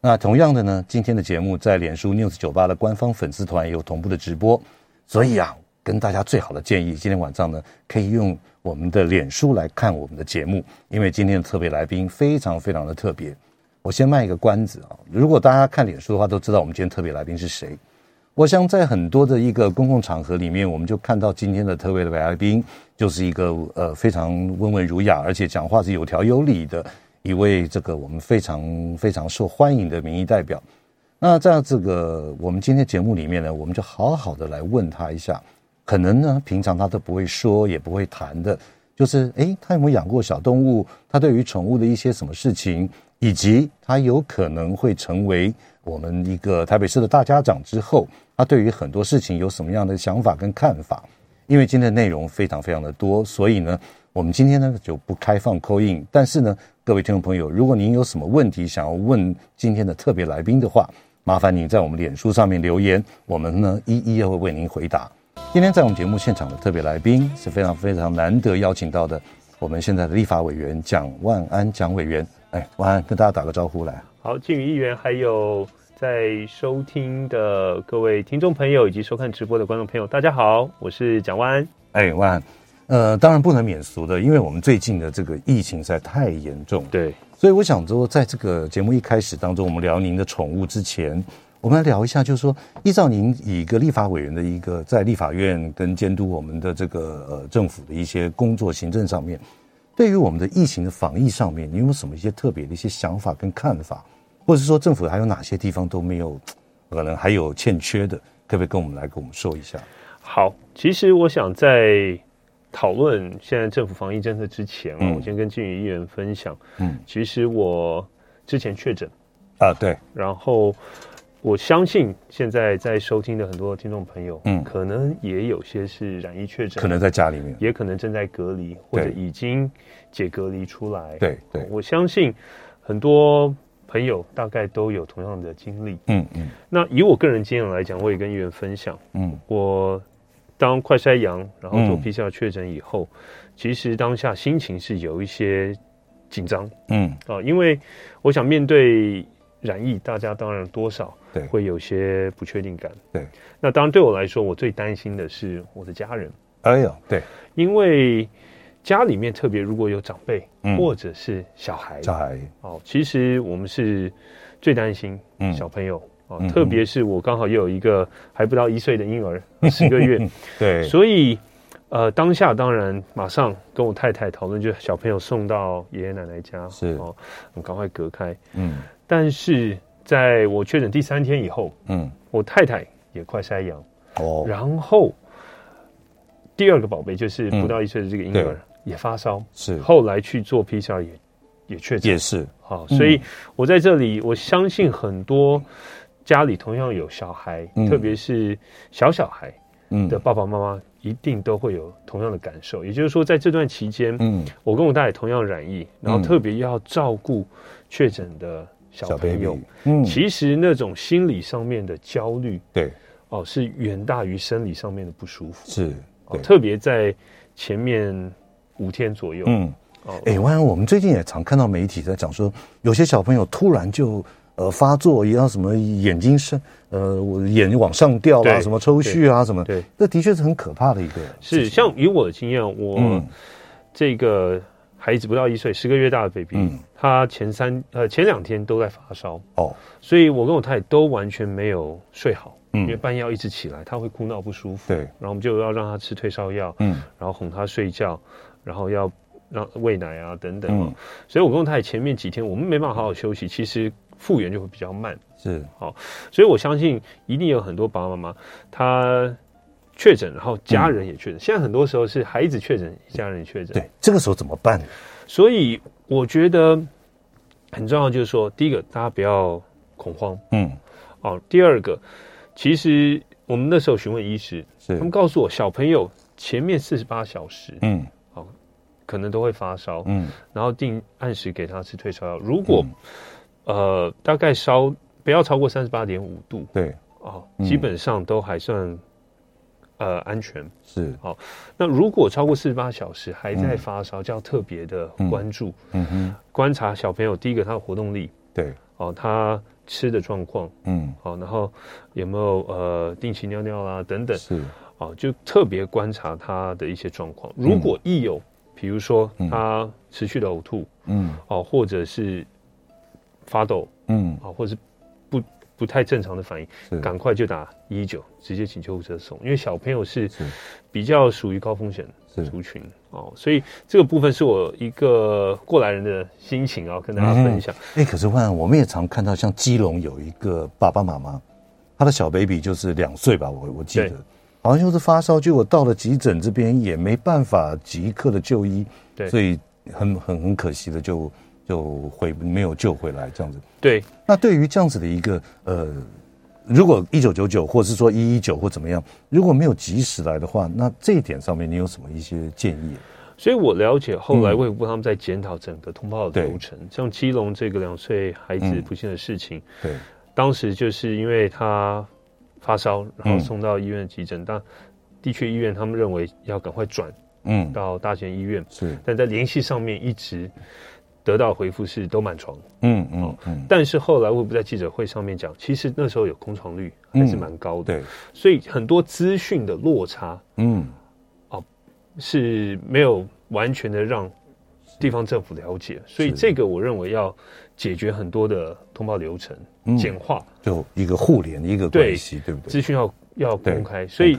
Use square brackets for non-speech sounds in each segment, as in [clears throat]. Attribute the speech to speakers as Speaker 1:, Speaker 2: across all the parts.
Speaker 1: 那同样的呢，今天的节目在脸书 News 酒吧的官方粉丝团也有同步的直播，所以啊，跟大家最好的建议，今天晚上呢，可以用我们的脸书来看我们的节目，因为今天的特别来宾非常非常的特别。我先卖一个关子啊，如果大家看脸书的话，都知道我们今天特别来宾是谁。我想在很多的一个公共场合里面，我们就看到今天的特别的来宾就是一个呃非常温文儒雅，而且讲话是有条有理的一位这个我们非常非常受欢迎的民意代表。那在这个我们今天节目里面呢，我们就好好的来问他一下，可能呢平常他都不会说也不会谈的，就是诶他有没有养过小动物？他对于宠物的一些什么事情，以及他有可能会成为我们一个台北市的大家长之后，他对于很多事情有什么样的想法跟看法？因为今天的内容非常非常的多，所以呢，我们今天呢就不开放扣印。但是呢，各位听众朋友，如果您有什么问题想要问今天的特别来宾的话，麻烦您在我们脸书上面留言，我们呢一一会为您回答。今天在我们节目现场的特别来宾是非常非常难得邀请到的，我们现在的立法委员蒋万安蒋委员。哎，万安跟大家打个招呼来。
Speaker 2: 好，靖宇议员，还有在收听的各位听众朋友以及收看直播的观众朋友，大家好，我是蒋万安。
Speaker 1: 哎，万安，呃，当然不能免俗的，因为我们最近的这个疫情实在太严重了。
Speaker 2: 对，
Speaker 1: 所以我想说，在这个节目一开始当中，我们聊您的宠物之前，我们来聊一下，就是说，依照您以一个立法委员的一个在立法院跟监督我们的这个呃政府的一些工作行政上面，对于我们的疫情的防疫上面，你有没有什么一些特别的一些想法跟看法，或者是说政府还有哪些地方都没有，呃可能还有欠缺的，可不可以跟我们来跟我们说一下？
Speaker 2: 好，其实我想在讨论现在政府防疫政策之前啊，
Speaker 1: 嗯
Speaker 2: 我先跟靖宇议员分享，
Speaker 1: 嗯，
Speaker 2: 其实我之前确诊，
Speaker 1: 啊，对，
Speaker 2: 然后我相信现在在收听的很多听众朋友，
Speaker 1: 嗯
Speaker 2: 可能也有些是染疫确诊，
Speaker 1: 可能在家里面，
Speaker 2: 也可能正在隔离或者
Speaker 1: 对
Speaker 2: 已经解隔离出来。
Speaker 1: 对对，
Speaker 2: 哦我相信很多朋友大概都有同样的经历。
Speaker 1: 嗯嗯
Speaker 2: 那以我个人经验来讲，我也跟议员分享，
Speaker 1: 嗯，
Speaker 2: 我当快筛阳，然后做
Speaker 1: 嗯
Speaker 2: PCR 确诊以后，其实当下心情是有一些紧张
Speaker 1: 嗯，
Speaker 2: 啊，因为我想面对染疫，大家当然多少
Speaker 1: 对
Speaker 2: 会有些不确定感。
Speaker 1: 对，
Speaker 2: 那当然对我来说，我最担心的是我的家人，
Speaker 1: 哎呦，对，
Speaker 2: 因为家里面特别如果有长辈、
Speaker 1: 嗯哎
Speaker 2: 或者是小孩，
Speaker 1: 小孩，
Speaker 2: 哦，其实我们是最担心
Speaker 1: 嗯
Speaker 2: 小朋友哦，
Speaker 1: 嗯
Speaker 2: 特别是我刚好也有一个还不到一岁的
Speaker 1: [laughs]
Speaker 2: 婴儿，十个月，
Speaker 1: 对，
Speaker 2: 所以呃，当下当然马上跟我太太讨论，就小朋友送到爷爷奶奶家，
Speaker 1: 是
Speaker 2: 哦，我们赶快隔开。
Speaker 1: 嗯
Speaker 2: 但是在我确诊第三天以后，
Speaker 1: 嗯，
Speaker 2: 我太太也快筛阳，
Speaker 1: 哦，
Speaker 2: 然后第二个宝贝就是不到一岁的这个婴
Speaker 1: 嗯对
Speaker 2: 儿也发烧，
Speaker 1: 是，
Speaker 2: 后来去做 PCR 也也确诊
Speaker 1: 也。是，
Speaker 2: 好，
Speaker 1: 嗯
Speaker 2: 所以我在这里，我相信很多家里同样有小孩，
Speaker 1: 嗯
Speaker 2: 特别是小小孩
Speaker 1: 嗯
Speaker 2: 的爸爸妈妈，一定都会有同样的感受。也就是说，在这段期间，
Speaker 1: 嗯，
Speaker 2: 我跟我太太同样染疫，然后
Speaker 1: 嗯
Speaker 2: 特别要照顾确诊的小朋友，
Speaker 1: 嗯，
Speaker 2: 其实那种心理上面的焦虑
Speaker 1: 对，
Speaker 2: 哦，是远大于生理上面的不舒服。
Speaker 1: 是，
Speaker 2: 哦
Speaker 1: 对，
Speaker 2: 特别在前面五天左右，
Speaker 1: 嗯，
Speaker 2: 哦，
Speaker 1: 哎，万安，我们最近也常看到媒体在讲说，有些小朋友突然就呃发作，也要什么眼睛是呃我眼往上掉啦，
Speaker 2: 对
Speaker 1: 什么抽搐啊，什么，
Speaker 2: 对，
Speaker 1: 这的确是很可怕的一个事情，
Speaker 2: 是像以我的经验，我。
Speaker 1: 嗯
Speaker 2: 这个孩子不到一岁，十个月大的 baby，、
Speaker 1: 嗯
Speaker 2: 他前三呃前两天都在发烧，
Speaker 1: 哦，
Speaker 2: 所以我跟我太太都完全没有睡好，
Speaker 1: 嗯
Speaker 2: 因为半夜要一直起来，他会哭闹不舒服，
Speaker 1: 对，
Speaker 2: 然后我们就要让他吃退烧药，
Speaker 1: 嗯
Speaker 2: 然后哄他睡觉，然后要让喂奶啊等等、
Speaker 1: 嗯，
Speaker 2: 所以我跟我太太前面几天我们没办法好好休息，其实复原就会比较慢，
Speaker 1: 是，
Speaker 2: 所以我相信一定有很多爸爸妈妈他。确诊，然后家人也确诊。现在很多时候是孩子确诊，家人也确诊。
Speaker 1: 嗯对，这个时候怎么办？
Speaker 2: 所以我觉得很重要，就是说，第一个大家不要恐慌
Speaker 1: 嗯
Speaker 2: 哦，第二个其实我们那时候询问医师，他们
Speaker 1: 是，
Speaker 2: 告诉我，小朋友前面四十八小时
Speaker 1: 嗯
Speaker 2: 可能都会发烧，
Speaker 1: 嗯
Speaker 2: 然后定按时给他吃退烧药。如果、呃大概烧不要超过三十八点五度
Speaker 1: 对
Speaker 2: 哦，
Speaker 1: 嗯
Speaker 2: 基本上都还算呃安全。
Speaker 1: 是，
Speaker 2: 那如果超过四十八小时还在发烧，就要特别的关注、
Speaker 1: 嗯哼，
Speaker 2: 观察小朋友。第一个，他的活动力
Speaker 1: 对，
Speaker 2: 哦，他吃的状况
Speaker 1: 嗯
Speaker 2: 哦，然后有没有呃定期尿尿啦、等等
Speaker 1: 是，
Speaker 2: 哦，就特别观察他的一些状况。如果一有，比如说
Speaker 1: 嗯
Speaker 2: 他持续的呕吐
Speaker 1: 嗯
Speaker 2: 哦，或者是发抖
Speaker 1: 嗯
Speaker 2: 啊、哦，或者是不不太正常的反应，
Speaker 1: 是，
Speaker 2: 赶快就打一一九，直接请救护车送，因为小朋友是
Speaker 1: 是
Speaker 2: 比较属于高风险
Speaker 1: 是
Speaker 2: 族群哦，所以这个部分是我一个过来人的心情啊，跟大家分享。
Speaker 1: 哎、可是万，我们也常看到，像基隆有一个爸爸妈妈，他的小 baby 就是两岁吧，我我记得
Speaker 2: 对，
Speaker 1: 好像就是发烧，结果到了急诊这边也没办法即刻的就医，
Speaker 2: 对
Speaker 1: 所以很很很可惜的就就回没有救回来这样子。
Speaker 2: 对，
Speaker 1: 那对于这样子的一个呃，如果一九九九或是说一一九或怎么样，如果没有及时来的话，那这一点上面你有什么一些建议？
Speaker 2: 所以我了解后来
Speaker 1: 嗯
Speaker 2: 卫福部他们在检讨整个通报的流程，像基隆这个两岁孩子
Speaker 1: 嗯
Speaker 2: 不幸的事情，
Speaker 1: 对，
Speaker 2: 当时就是因为他发烧，然后
Speaker 1: 嗯
Speaker 2: 送到医院急诊，但地区医院他们认为要赶快转
Speaker 1: 嗯，
Speaker 2: 到大型医院，
Speaker 1: 是，
Speaker 2: 但在联系上面一直得到回复是都满床，
Speaker 1: 嗯嗯嗯，
Speaker 2: 但是后来卫福部在记者会上面讲，其实那时候有空床率还是蛮高的，
Speaker 1: 嗯对，
Speaker 2: 所以很多资讯的落差
Speaker 1: 嗯
Speaker 2: 是没有完全的让地方政府了解，所以
Speaker 1: 是
Speaker 2: 这个我认为要解决很多的通报流程，
Speaker 1: 嗯
Speaker 2: 简化
Speaker 1: 就一个互联一个关系，对不对？
Speaker 2: 资讯要要公开，所
Speaker 1: 对
Speaker 2: 以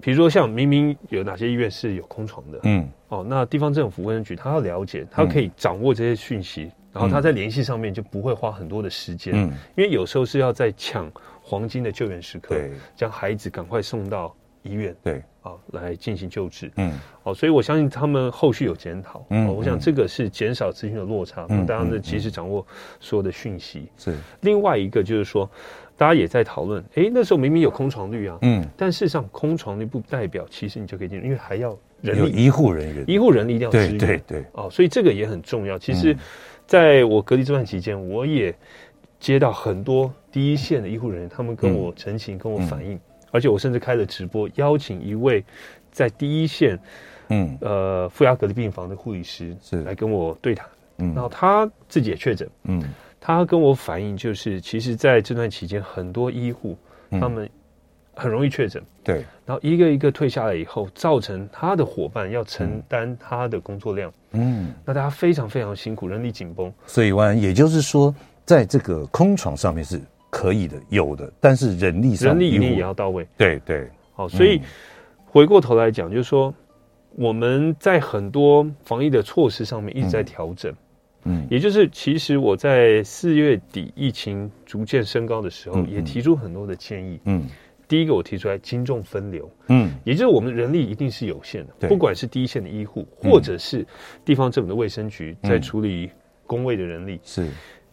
Speaker 2: 比如说像明明有哪些医院是有空床的，
Speaker 1: 嗯
Speaker 2: 哦，那地方政府卫生局他要了解，他可以掌握这些讯息，然后他在联系上面就不会花很多的时间，
Speaker 1: 嗯，
Speaker 2: 因为有时候是要在抢黄金的救援时刻，
Speaker 1: 对
Speaker 2: 将孩子赶快送到医院
Speaker 1: 对，
Speaker 2: 啊、来进行救治。
Speaker 1: 嗯
Speaker 2: 哦，所以我相信他们后续有检讨。
Speaker 1: 嗯
Speaker 2: 哦，我想这个是减少资讯的落差，哦
Speaker 1: 嗯
Speaker 2: 让大家呢
Speaker 1: 嗯
Speaker 2: 及时掌握所有的讯息。
Speaker 1: 是，
Speaker 2: 另外一个就是说，大家也在讨论，诶，那时候明明有空床率啊，
Speaker 1: 嗯，
Speaker 2: 但事实上空床率不代表其实你就可以进入，因为还要人
Speaker 1: 有
Speaker 2: 力，
Speaker 1: 医护人员，
Speaker 2: 医护人力一定要支
Speaker 1: 对
Speaker 2: 援。
Speaker 1: 对对，
Speaker 2: 哦，所以这个也很重要。其实
Speaker 1: 嗯，
Speaker 2: 在我隔离这段期间，我也接到很多第一线的医护人员，他们
Speaker 1: 嗯
Speaker 2: 跟我陈情，跟我反映，而且我甚至开了直播，邀请一位在第一线
Speaker 1: 嗯
Speaker 2: 呃负压隔离病房的护理师
Speaker 1: 是
Speaker 2: 来跟我对谈。然后
Speaker 1: 嗯
Speaker 2: 他自己也确诊，
Speaker 1: 嗯，
Speaker 2: 他跟我反映就是，其实在这段期间，很多医护
Speaker 1: 嗯
Speaker 2: 他们很容易确诊。
Speaker 1: 对，
Speaker 2: 然后一个一个退下来以后，造成他的伙伴要承担他的工作量，
Speaker 1: 嗯，
Speaker 2: 那大家非常非常辛苦，人力紧绷。
Speaker 1: 所以完，也就是说，在这个空床上面是可以的，有的，但是人力上
Speaker 2: 人力一定
Speaker 1: 医护
Speaker 2: 也要到位。
Speaker 1: 对对，
Speaker 2: 好，所
Speaker 1: 嗯
Speaker 2: 以回过头来讲，就是说我们在很多防疫的措施上面一直在调整，
Speaker 1: 嗯
Speaker 2: 也就是其实我在四月底疫情逐渐升高的时候，
Speaker 1: 嗯嗯
Speaker 2: 也提出很多的建议。
Speaker 1: 嗯
Speaker 2: 第一个我提出来轻重分流，
Speaker 1: 嗯
Speaker 2: 也就是我们人力一定是有限的，
Speaker 1: 对
Speaker 2: 不管是第一线的医护，
Speaker 1: 嗯
Speaker 2: 或者是地方政府的卫生局在
Speaker 1: 嗯
Speaker 2: 处理工位的人力，
Speaker 1: 是，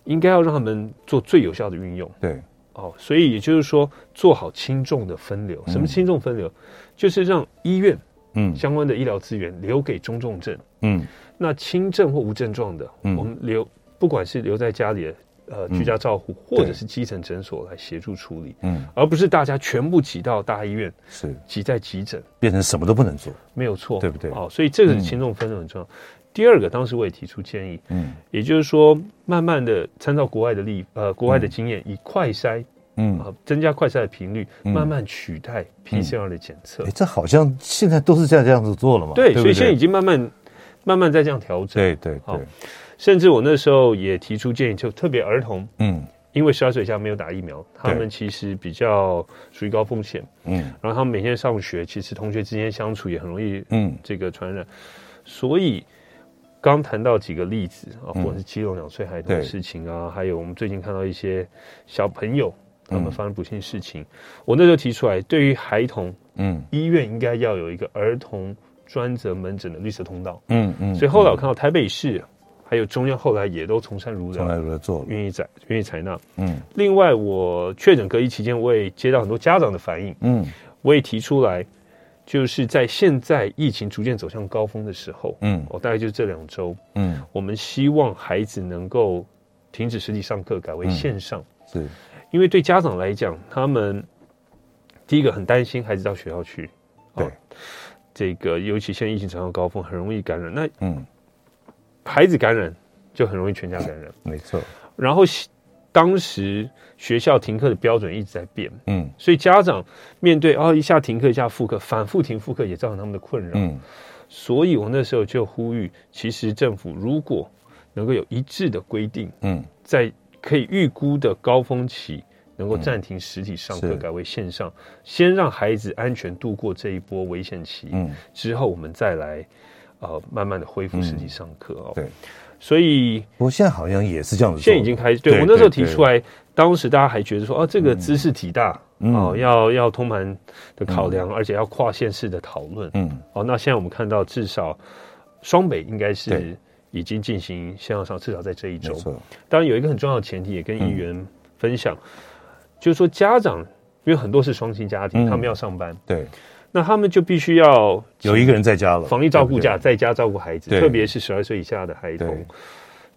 Speaker 2: 应该要让他们做最有效的运用。
Speaker 1: 对，
Speaker 2: 哦，所以也就是说，做好轻重的分流。什么轻重分流？就是让医院
Speaker 1: 嗯
Speaker 2: 相关的医疗资源留给中重症，
Speaker 1: 嗯
Speaker 2: 那轻症或无症状的，
Speaker 1: 嗯
Speaker 2: 我们留不管是留在家里的呃居家照护，或者是基层诊所来协助处理，
Speaker 1: 嗯
Speaker 2: 而不是大家全部挤到大医院，
Speaker 1: 是，
Speaker 2: 挤在急诊，
Speaker 1: 变成什么都不能做，
Speaker 2: 没有错，
Speaker 1: 对不对
Speaker 2: 哦，所以这个轻重分流很重要。第二个，当时我也提出建议，
Speaker 1: 嗯
Speaker 2: 也就是说，慢慢的参照国外的例，呃，国外的经验，以快筛
Speaker 1: 嗯，
Speaker 2: 啊，增加快筛的频率，
Speaker 1: 嗯
Speaker 2: 慢慢取代 PCR 的检测
Speaker 1: 哎，。这好像现在都是这样这样子做了嘛，
Speaker 2: 对，
Speaker 1: 不
Speaker 2: 所以现在已经慢慢慢慢在这样调整。
Speaker 1: 对对
Speaker 2: 好
Speaker 1: 对，
Speaker 2: 甚至我那时候也提出建议，就特别儿童，
Speaker 1: 嗯
Speaker 2: 因为十二岁以下没有打疫苗，他们其实比较属于高风险，
Speaker 1: 嗯
Speaker 2: 然后他们每天上学，其实同学之间相处也很容易
Speaker 1: 嗯
Speaker 2: 这个传染，所以。刚谈到几个例子啊，不管是肌肉两岁孩童的
Speaker 1: 嗯对
Speaker 2: 事情啊，还有我们最近看到一些小朋友他们
Speaker 1: 嗯
Speaker 2: 发生不幸事情，我那时候提出来，对于孩童
Speaker 1: 嗯
Speaker 2: 医院应该要有一个儿童专责门诊的绿色通道。
Speaker 1: 嗯嗯，
Speaker 2: 所以后来我看到台北市，还还有中央后来也都从善如
Speaker 1: 从
Speaker 2: 流，
Speaker 1: 来
Speaker 2: 啊
Speaker 1: 如何做了，
Speaker 2: 愿意采愿意采纳。
Speaker 1: 嗯
Speaker 2: 另外，我确诊隔离期间，我也接到很多家长的反应，
Speaker 1: 嗯
Speaker 2: 我也提出来，就是在现在疫情逐渐走向高峰的时候，
Speaker 1: 嗯
Speaker 2: 哦，大概就是这两周，
Speaker 1: 嗯，
Speaker 2: 我们希望孩子能够停止实体上课，改为线上。
Speaker 1: 是
Speaker 2: 因为对家长来讲，他们第一个很担心孩子到学校去，哦
Speaker 1: 对
Speaker 2: 这个尤其现在疫情传到高峰，很容易感染。那
Speaker 1: 嗯
Speaker 2: 孩子感染就很容易全家感染。
Speaker 1: 没错，
Speaker 2: 然后当时学校停课的标准一直在变，
Speaker 1: 嗯
Speaker 2: 所以家长面对哦一下停课一下复课，反复停复课也造成他们的困扰。
Speaker 1: 嗯
Speaker 2: 所以我那时候就呼吁，其实政府如果能够有一致的规定，
Speaker 1: 嗯
Speaker 2: 在可以预估的高峰期，能够暂停实体上课，
Speaker 1: 是
Speaker 2: 改为线上，先让孩子安全度过这一波危险期，
Speaker 1: 嗯
Speaker 2: 之后我们再来，呃，慢慢的恢复实体上课哦。
Speaker 1: 对，
Speaker 2: 所以
Speaker 1: 不过现在好像也是这样子做，
Speaker 2: 现在已经开始，对
Speaker 1: 对
Speaker 2: 我那时候
Speaker 1: 对
Speaker 2: 提出来，当时大家还觉得说，哦，这个知识体大。
Speaker 1: 嗯
Speaker 2: 哦，要要通盘的考量，而且要跨县市的讨论。
Speaker 1: 嗯
Speaker 2: 哦，那现在我们看到至少双北应该是
Speaker 1: 对
Speaker 2: 已经进行线上上，至少在这一
Speaker 1: 没
Speaker 2: 周。
Speaker 1: 错，嗯
Speaker 2: 当然有一个很重要的前提，也跟议员分享，就是说家长，因为很多是双薪家庭，
Speaker 1: 嗯
Speaker 2: 他们要上班，
Speaker 1: 对，
Speaker 2: 那他们就必须要
Speaker 1: 有一个人在家了，
Speaker 2: 防疫照顾假，
Speaker 1: 对
Speaker 2: 在家照顾孩子，
Speaker 1: 对
Speaker 2: 特别是十二岁以下的孩童
Speaker 1: 对。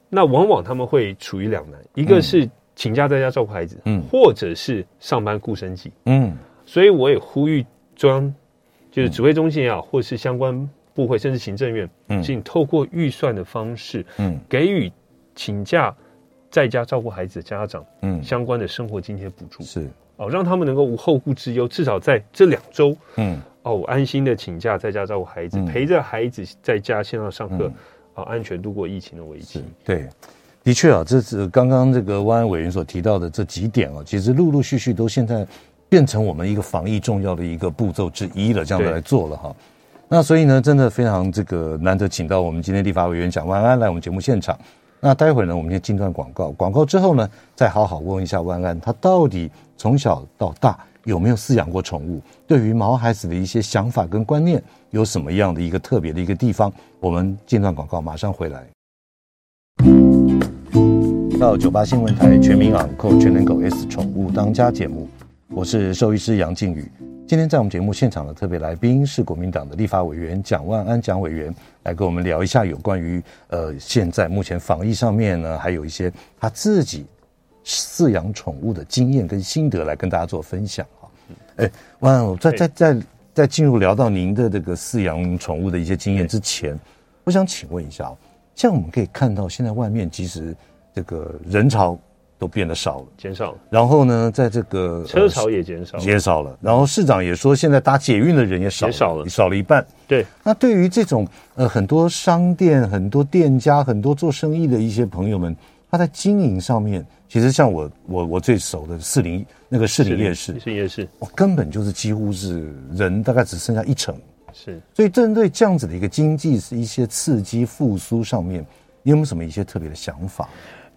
Speaker 2: 那往往他们会处于两难，一个是请假在家照顾孩子，
Speaker 1: 嗯
Speaker 2: 或者是上班顾生计。
Speaker 1: 不对，嗯
Speaker 2: 所以我也呼吁中央，就是指挥中心也好，或是相关部会，甚至行政院，
Speaker 1: 嗯
Speaker 2: 是你透过预算的方式，
Speaker 1: 嗯
Speaker 2: 给予请假在家照顾孩子的家长
Speaker 1: 嗯
Speaker 2: 相关的生活津贴补助，
Speaker 1: 是，
Speaker 2: 哦，让他们能够无后顾之忧，至少在这两周
Speaker 1: 嗯
Speaker 2: 哦，我安心的请假在家照顾孩子，
Speaker 1: 嗯
Speaker 2: 陪着孩子在家线上上课
Speaker 1: 嗯，
Speaker 2: 哦，安全度过疫情的危机。
Speaker 1: 对。的确啊，这是刚刚这个汪安委员所提到的这几点啊，其实陆陆续续都现在变成我们一个防疫重要的一个步骤之一了，这样子
Speaker 2: 对
Speaker 1: 来做了哈。那所以呢，真的非常这个难得，请到我们今天立法委员蒋万安来我们节目现场。那待会儿呢，我们先进段广告，广告之后呢，再好好问一下万安，他到底从小到大有没有饲养过宠物？对于毛孩子的一些想法跟观念，有什么样的一个特别的一个地方？我们进段广告，马上回来。到九八新闻台全民养狗全能狗 S 宠物当家节目，我是兽医师杨靖宇。今天在我们节目现场的特别来宾是国民党的立法委员蒋万安蒋委员，来跟我们聊一下有关于呃现在目前防疫上面呢，还有一些他自己饲养宠物的经验跟心得来跟大家做分享啊。哎，万安，我在在在在进入聊到您的这个饲养宠物的一些经验之前，我想请问一下哦，像我们可以看到现在外面其实这个人潮都变得少了，
Speaker 2: 减少
Speaker 1: 然后呢，在这个呃
Speaker 2: 车潮也减少，
Speaker 1: 也少了。然后市长也说，现在搭捷运的人也少
Speaker 2: 也少了
Speaker 1: 少了一半。
Speaker 2: 对，
Speaker 1: 那对于这种呃很多商店、很多店家、很多做生意的一些朋友们，他在经营上面，其实像我我我最熟的四零那个士林夜市，
Speaker 2: 是夜市
Speaker 1: 我根本就是几乎是人大概只剩下一成。
Speaker 2: 是。
Speaker 1: 所以针对这样子的一个经济是一些刺激复苏上面，你有没有什么一些特别的想法？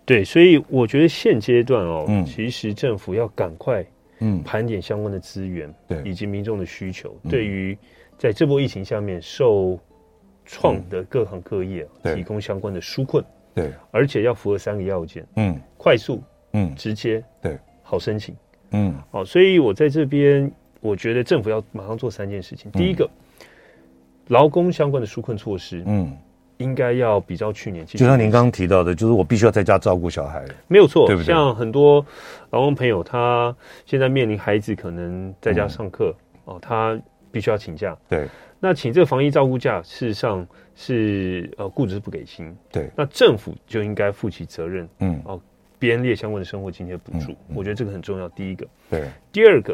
Speaker 2: 对，所以我觉得现阶段哦，
Speaker 1: 嗯
Speaker 2: 其实政府要赶快
Speaker 1: 嗯
Speaker 2: 盘点相关的资源，
Speaker 1: 对嗯
Speaker 2: 以及民众的需求，对于在这波疫情下面受创的各行各业、
Speaker 1: 嗯
Speaker 2: 哦
Speaker 1: 对
Speaker 2: 提供相关的纾困，
Speaker 1: 对，
Speaker 2: 而且要符合三个要件：
Speaker 1: 嗯
Speaker 2: 快速、
Speaker 1: 嗯
Speaker 2: 直接、
Speaker 1: 对
Speaker 2: 好申请。
Speaker 1: 嗯
Speaker 2: 哦，所以我在这边，我觉得政府要马上做三件事情。第一个，劳工相关的纾困措施
Speaker 1: 嗯，
Speaker 2: 应该要比照去年继续
Speaker 1: 就像您刚刚提到的，就是我必须要在家照顾小孩。
Speaker 2: 没有错，
Speaker 1: 对不对
Speaker 2: 像很多劳工朋友，他现在面临孩子可能在家上课、
Speaker 1: 嗯
Speaker 2: 哦，他必须要请假。
Speaker 1: 对
Speaker 2: 那请这个防疫照顾假，事实上是呃雇主是不给薪，
Speaker 1: 对，
Speaker 2: 那政府就应该负起责任，
Speaker 1: 嗯
Speaker 2: 编列相关的生活津贴补助。
Speaker 1: 嗯嗯
Speaker 2: 我觉得这个很重要。第一个，
Speaker 1: 对，
Speaker 2: 第二个，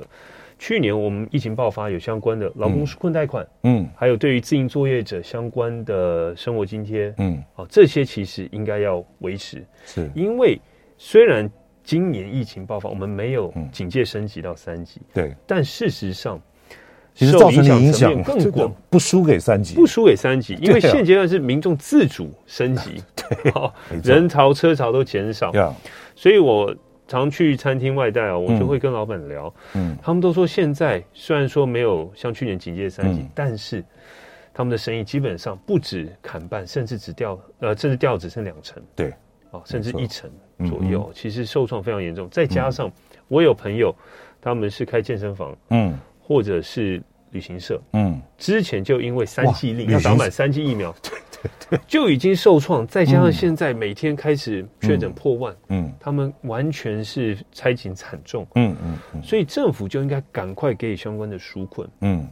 Speaker 2: 去年我们疫情爆发有相关的劳工纾困贷款，
Speaker 1: 嗯
Speaker 2: 还有对于自营作业者相关的生活津贴，
Speaker 1: 嗯
Speaker 2: 哦，这些其实应该要维持。
Speaker 1: 是
Speaker 2: 因为虽然今年疫情爆发，我们没有
Speaker 1: 嗯
Speaker 2: 警戒升级到三级，
Speaker 1: 对，
Speaker 2: 但事实上，
Speaker 1: 其实
Speaker 2: 受
Speaker 1: 造成的
Speaker 2: 影
Speaker 1: 影
Speaker 2: 响
Speaker 1: 响
Speaker 2: 更广，
Speaker 1: 不输给三级，
Speaker 2: 不输给三级，因为
Speaker 1: 对啊啊
Speaker 2: 现阶段是民众自主升
Speaker 1: [laughs]
Speaker 2: 级，对， [laughs]
Speaker 1: 没错
Speaker 2: 人潮车潮都减少，
Speaker 1: 呀，
Speaker 2: 所以我。常去餐厅外带啊，我
Speaker 1: 嗯
Speaker 2: 就会跟老板聊，
Speaker 1: 嗯
Speaker 2: 他们都说现在虽然说没有像去年警戒三级，
Speaker 1: 嗯
Speaker 2: 但是他们的生意基本上不止砍半，甚至只掉呃，甚至掉只剩两成，
Speaker 1: 对，
Speaker 2: 啊，甚至
Speaker 1: 没错嗯
Speaker 2: 一成左右。其实受创非常严重，再加上我有朋友，他们是开健身房
Speaker 1: 嗯
Speaker 2: 或者是旅行社，
Speaker 1: 嗯，
Speaker 2: 之前就因为三剂令
Speaker 1: 哇
Speaker 2: 要打满三剂
Speaker 1: [laughs]
Speaker 2: 疫苗，对对对，就已经受创，再加上现在每天开始确诊破万，
Speaker 1: 嗯
Speaker 2: 他们完全是拆紧惨重，
Speaker 1: 嗯嗯嗯
Speaker 2: 所以政府就应该赶快给予相关的纾困。
Speaker 1: 嗯，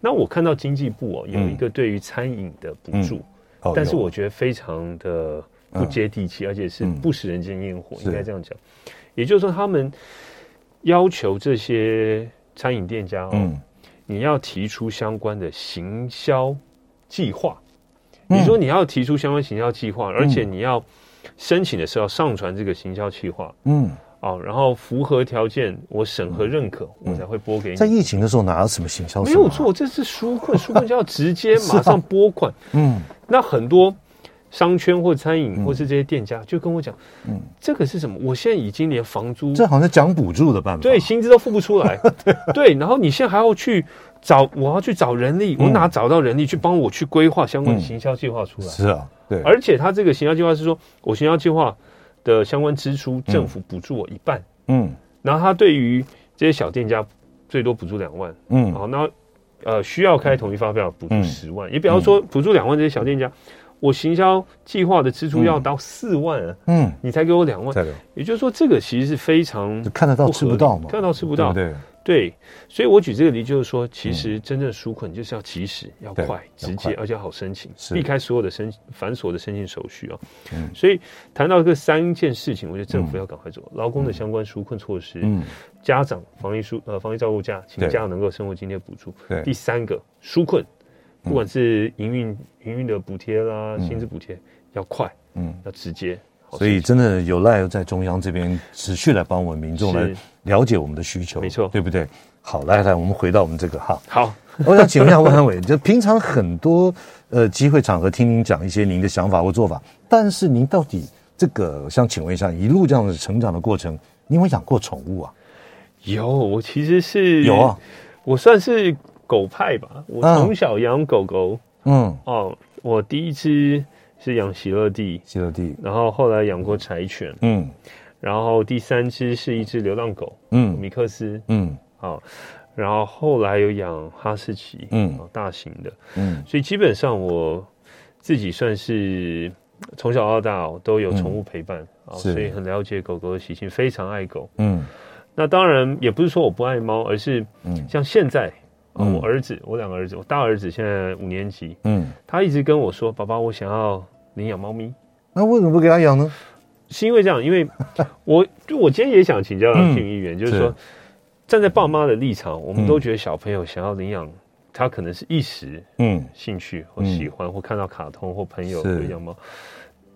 Speaker 2: 那我看到经济部哦有一个对于餐饮的补助，
Speaker 1: 哦
Speaker 2: 但是
Speaker 1: 有
Speaker 2: 我觉得非常的不接地气，而且是不食人间烟火，
Speaker 1: 嗯是
Speaker 2: 应该这样讲。也就是说，他们要求这些餐饮店家哦，
Speaker 1: 嗯，
Speaker 2: 你要提出相关的行销计划。
Speaker 1: 嗯
Speaker 2: 你说你要提出相关行销计划，而且你要申请的时候上传这个行销计划
Speaker 1: 嗯，
Speaker 2: 哦，然后符合条件，我审核认可，我才会拨给
Speaker 1: 嗯在
Speaker 2: 你。
Speaker 1: 疫情的时候哪有什么行销？
Speaker 2: 没有，错，这是纾困，纾困就要直接
Speaker 1: 是啊
Speaker 2: 马上拨款。
Speaker 1: 嗯
Speaker 2: 那很多商圈或餐饮或是这些店家就跟我讲，
Speaker 1: 嗯，
Speaker 2: 这个是什么？我现在已经连房租
Speaker 1: 这好像是讲补助的办法，
Speaker 2: 对，薪资都付不
Speaker 1: [laughs]
Speaker 2: 出来，对，然后你现在还要去找，我要去找人力，
Speaker 1: 嗯
Speaker 2: 我哪找到人力去帮我去规划相关的行销计划出来？
Speaker 1: 是啊，对，
Speaker 2: 而且他这个行销计划是说，我行销计划的相关支出，政府补助我一半，
Speaker 1: 嗯
Speaker 2: 然后他对于这些小店家最多补助两万，
Speaker 1: 嗯
Speaker 2: 好，那呃需要开统一发票补助
Speaker 1: 嗯
Speaker 2: 十万，也比方说补助两万这些小店家，我行销计划的支出要到四万啊，
Speaker 1: 嗯，
Speaker 2: 你才给我两万，
Speaker 1: 再有
Speaker 2: 也就是说这个其实是非常
Speaker 1: 就。看得到吃不到嘛，
Speaker 2: 看得到吃不到
Speaker 1: 对不对？
Speaker 2: 对，所以我举这个例子就是说，其实真正纾困就是要及时、要
Speaker 1: 对
Speaker 2: 快、直
Speaker 1: 要快，
Speaker 2: 接而且好申请，
Speaker 1: 是
Speaker 2: 避开所有的申繁琐的申请手续啊。
Speaker 1: 嗯
Speaker 2: 所以谈到这三件事情，我觉得政府要赶快做，劳工的相关纾困措施，
Speaker 1: 嗯，
Speaker 2: 家长防疫纾呃防疫照顾假，请
Speaker 1: 对
Speaker 2: 家长能够生活津贴补助。
Speaker 1: 对嗯
Speaker 2: 第三个纾困，不管是营运营运的补贴啦、薪资补贴，要快、
Speaker 1: 嗯。
Speaker 2: 要直接。好
Speaker 1: 所以
Speaker 2: 申请
Speaker 1: 真的有赖在中央这边持续来帮我们民众来
Speaker 2: 是
Speaker 1: 了解我们的需求，
Speaker 2: 没错
Speaker 1: 对不对？好，来来，我们回到我们这个哈，
Speaker 2: 好，
Speaker 1: [laughs] 我想请问一下温汉伟，就平常很多呃机会场合听您讲一些您的想法或做法，但是您到底这个，我想请问一下，一路这样的成长的过程，你有没有养过宠物啊？
Speaker 2: 有我其实是
Speaker 1: 有啊，，
Speaker 2: 我算是狗派吧，我
Speaker 1: 嗯
Speaker 2: 从小养狗狗。
Speaker 1: 嗯，
Speaker 2: 哦，我第一只是养喜乐蒂，
Speaker 1: 希乐蒂，
Speaker 2: 然后后来养过柴犬，
Speaker 1: 嗯
Speaker 2: 然后第三只是一只流浪狗
Speaker 1: 嗯
Speaker 2: 米克斯，
Speaker 1: 嗯
Speaker 2: 哦，然后后来有养哈士奇，
Speaker 1: 嗯
Speaker 2: 哦，大型的，
Speaker 1: 嗯
Speaker 2: 所以基本上我自己算是从小到大哦都有宠物陪伴啊、哦
Speaker 1: 嗯是
Speaker 2: 所以很了解狗狗的习性，非常爱狗。
Speaker 1: 嗯
Speaker 2: 那当然也不是说我不爱猫，而是
Speaker 1: 嗯
Speaker 2: 像现在。哦
Speaker 1: 嗯
Speaker 2: 我儿子，我两个儿子，我大儿子现在五年级，
Speaker 1: 嗯，
Speaker 2: 他一直跟我说：“爸爸，我想要领养猫咪。
Speaker 1: 那为什么不给它养呢？”
Speaker 2: 是因为这样，因为我就我今天也想请教
Speaker 1: 嗯
Speaker 2: 杨庆议员，就是
Speaker 1: 是
Speaker 2: 说，站在爸妈的立场，我们
Speaker 1: 嗯
Speaker 2: 都觉得小朋友想要领养，他可能是一时
Speaker 1: 嗯
Speaker 2: 兴趣或喜欢，或看到卡通或朋友
Speaker 1: 是
Speaker 2: 会养猫。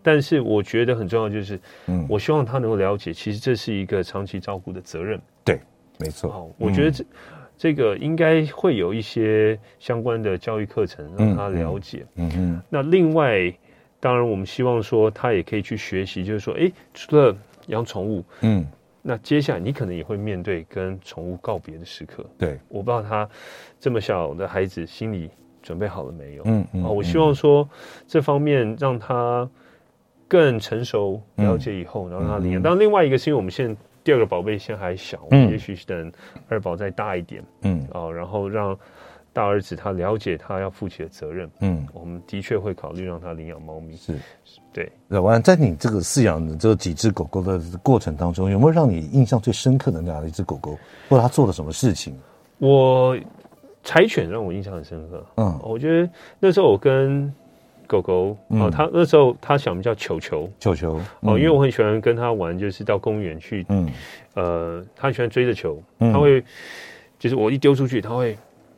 Speaker 2: 但是我觉得很重要，就是
Speaker 1: 嗯，
Speaker 2: 我希望他能够了解，其实这是一个长期照顾的责任。
Speaker 1: 没错，
Speaker 2: 哦，我觉得这、这个应该会有一些相关的教育课程让他了解。
Speaker 1: 嗯嗯
Speaker 2: 那另外，当然我们希望说他也可以去学习，就是说，诶，除了养宠物，
Speaker 1: 嗯，
Speaker 2: 那接下来你可能也会面对跟宠物告别的时刻。
Speaker 1: 对，
Speaker 2: 我不知道他这么小的孩子心里准备好了没有？啊、
Speaker 1: 嗯嗯，
Speaker 2: 我希望说这方面让他更成熟了解以后，然后他领养。
Speaker 1: 嗯
Speaker 2: 当然，另外一个是因为我们现在第二个宝贝现在还小，我
Speaker 1: 嗯
Speaker 2: 们也许等二宝再大一点
Speaker 1: 嗯
Speaker 2: 哦，然后让大儿子他了解他要负起的责任。
Speaker 1: 嗯
Speaker 2: 我们的确会考虑让他领养猫咪。
Speaker 1: 是。
Speaker 2: 对，
Speaker 1: 那完了，在你这个饲养的这几只狗狗的过程当中，有没有让你印象最深刻的那样的一只狗狗，或者它做了什么事情？
Speaker 2: 我柴犬让我印象很深刻。啊
Speaker 1: 嗯，
Speaker 2: 我觉得那时候我跟狗狗哦，
Speaker 1: 嗯
Speaker 2: 它那时候它小名叫球球
Speaker 1: 球球
Speaker 2: 哦，因为
Speaker 1: 为
Speaker 2: 我很喜欢跟它玩，就是到公园去，
Speaker 1: 嗯
Speaker 2: 呃，它很喜欢追着球，
Speaker 1: 嗯
Speaker 2: 它会就是我一丢出去，它会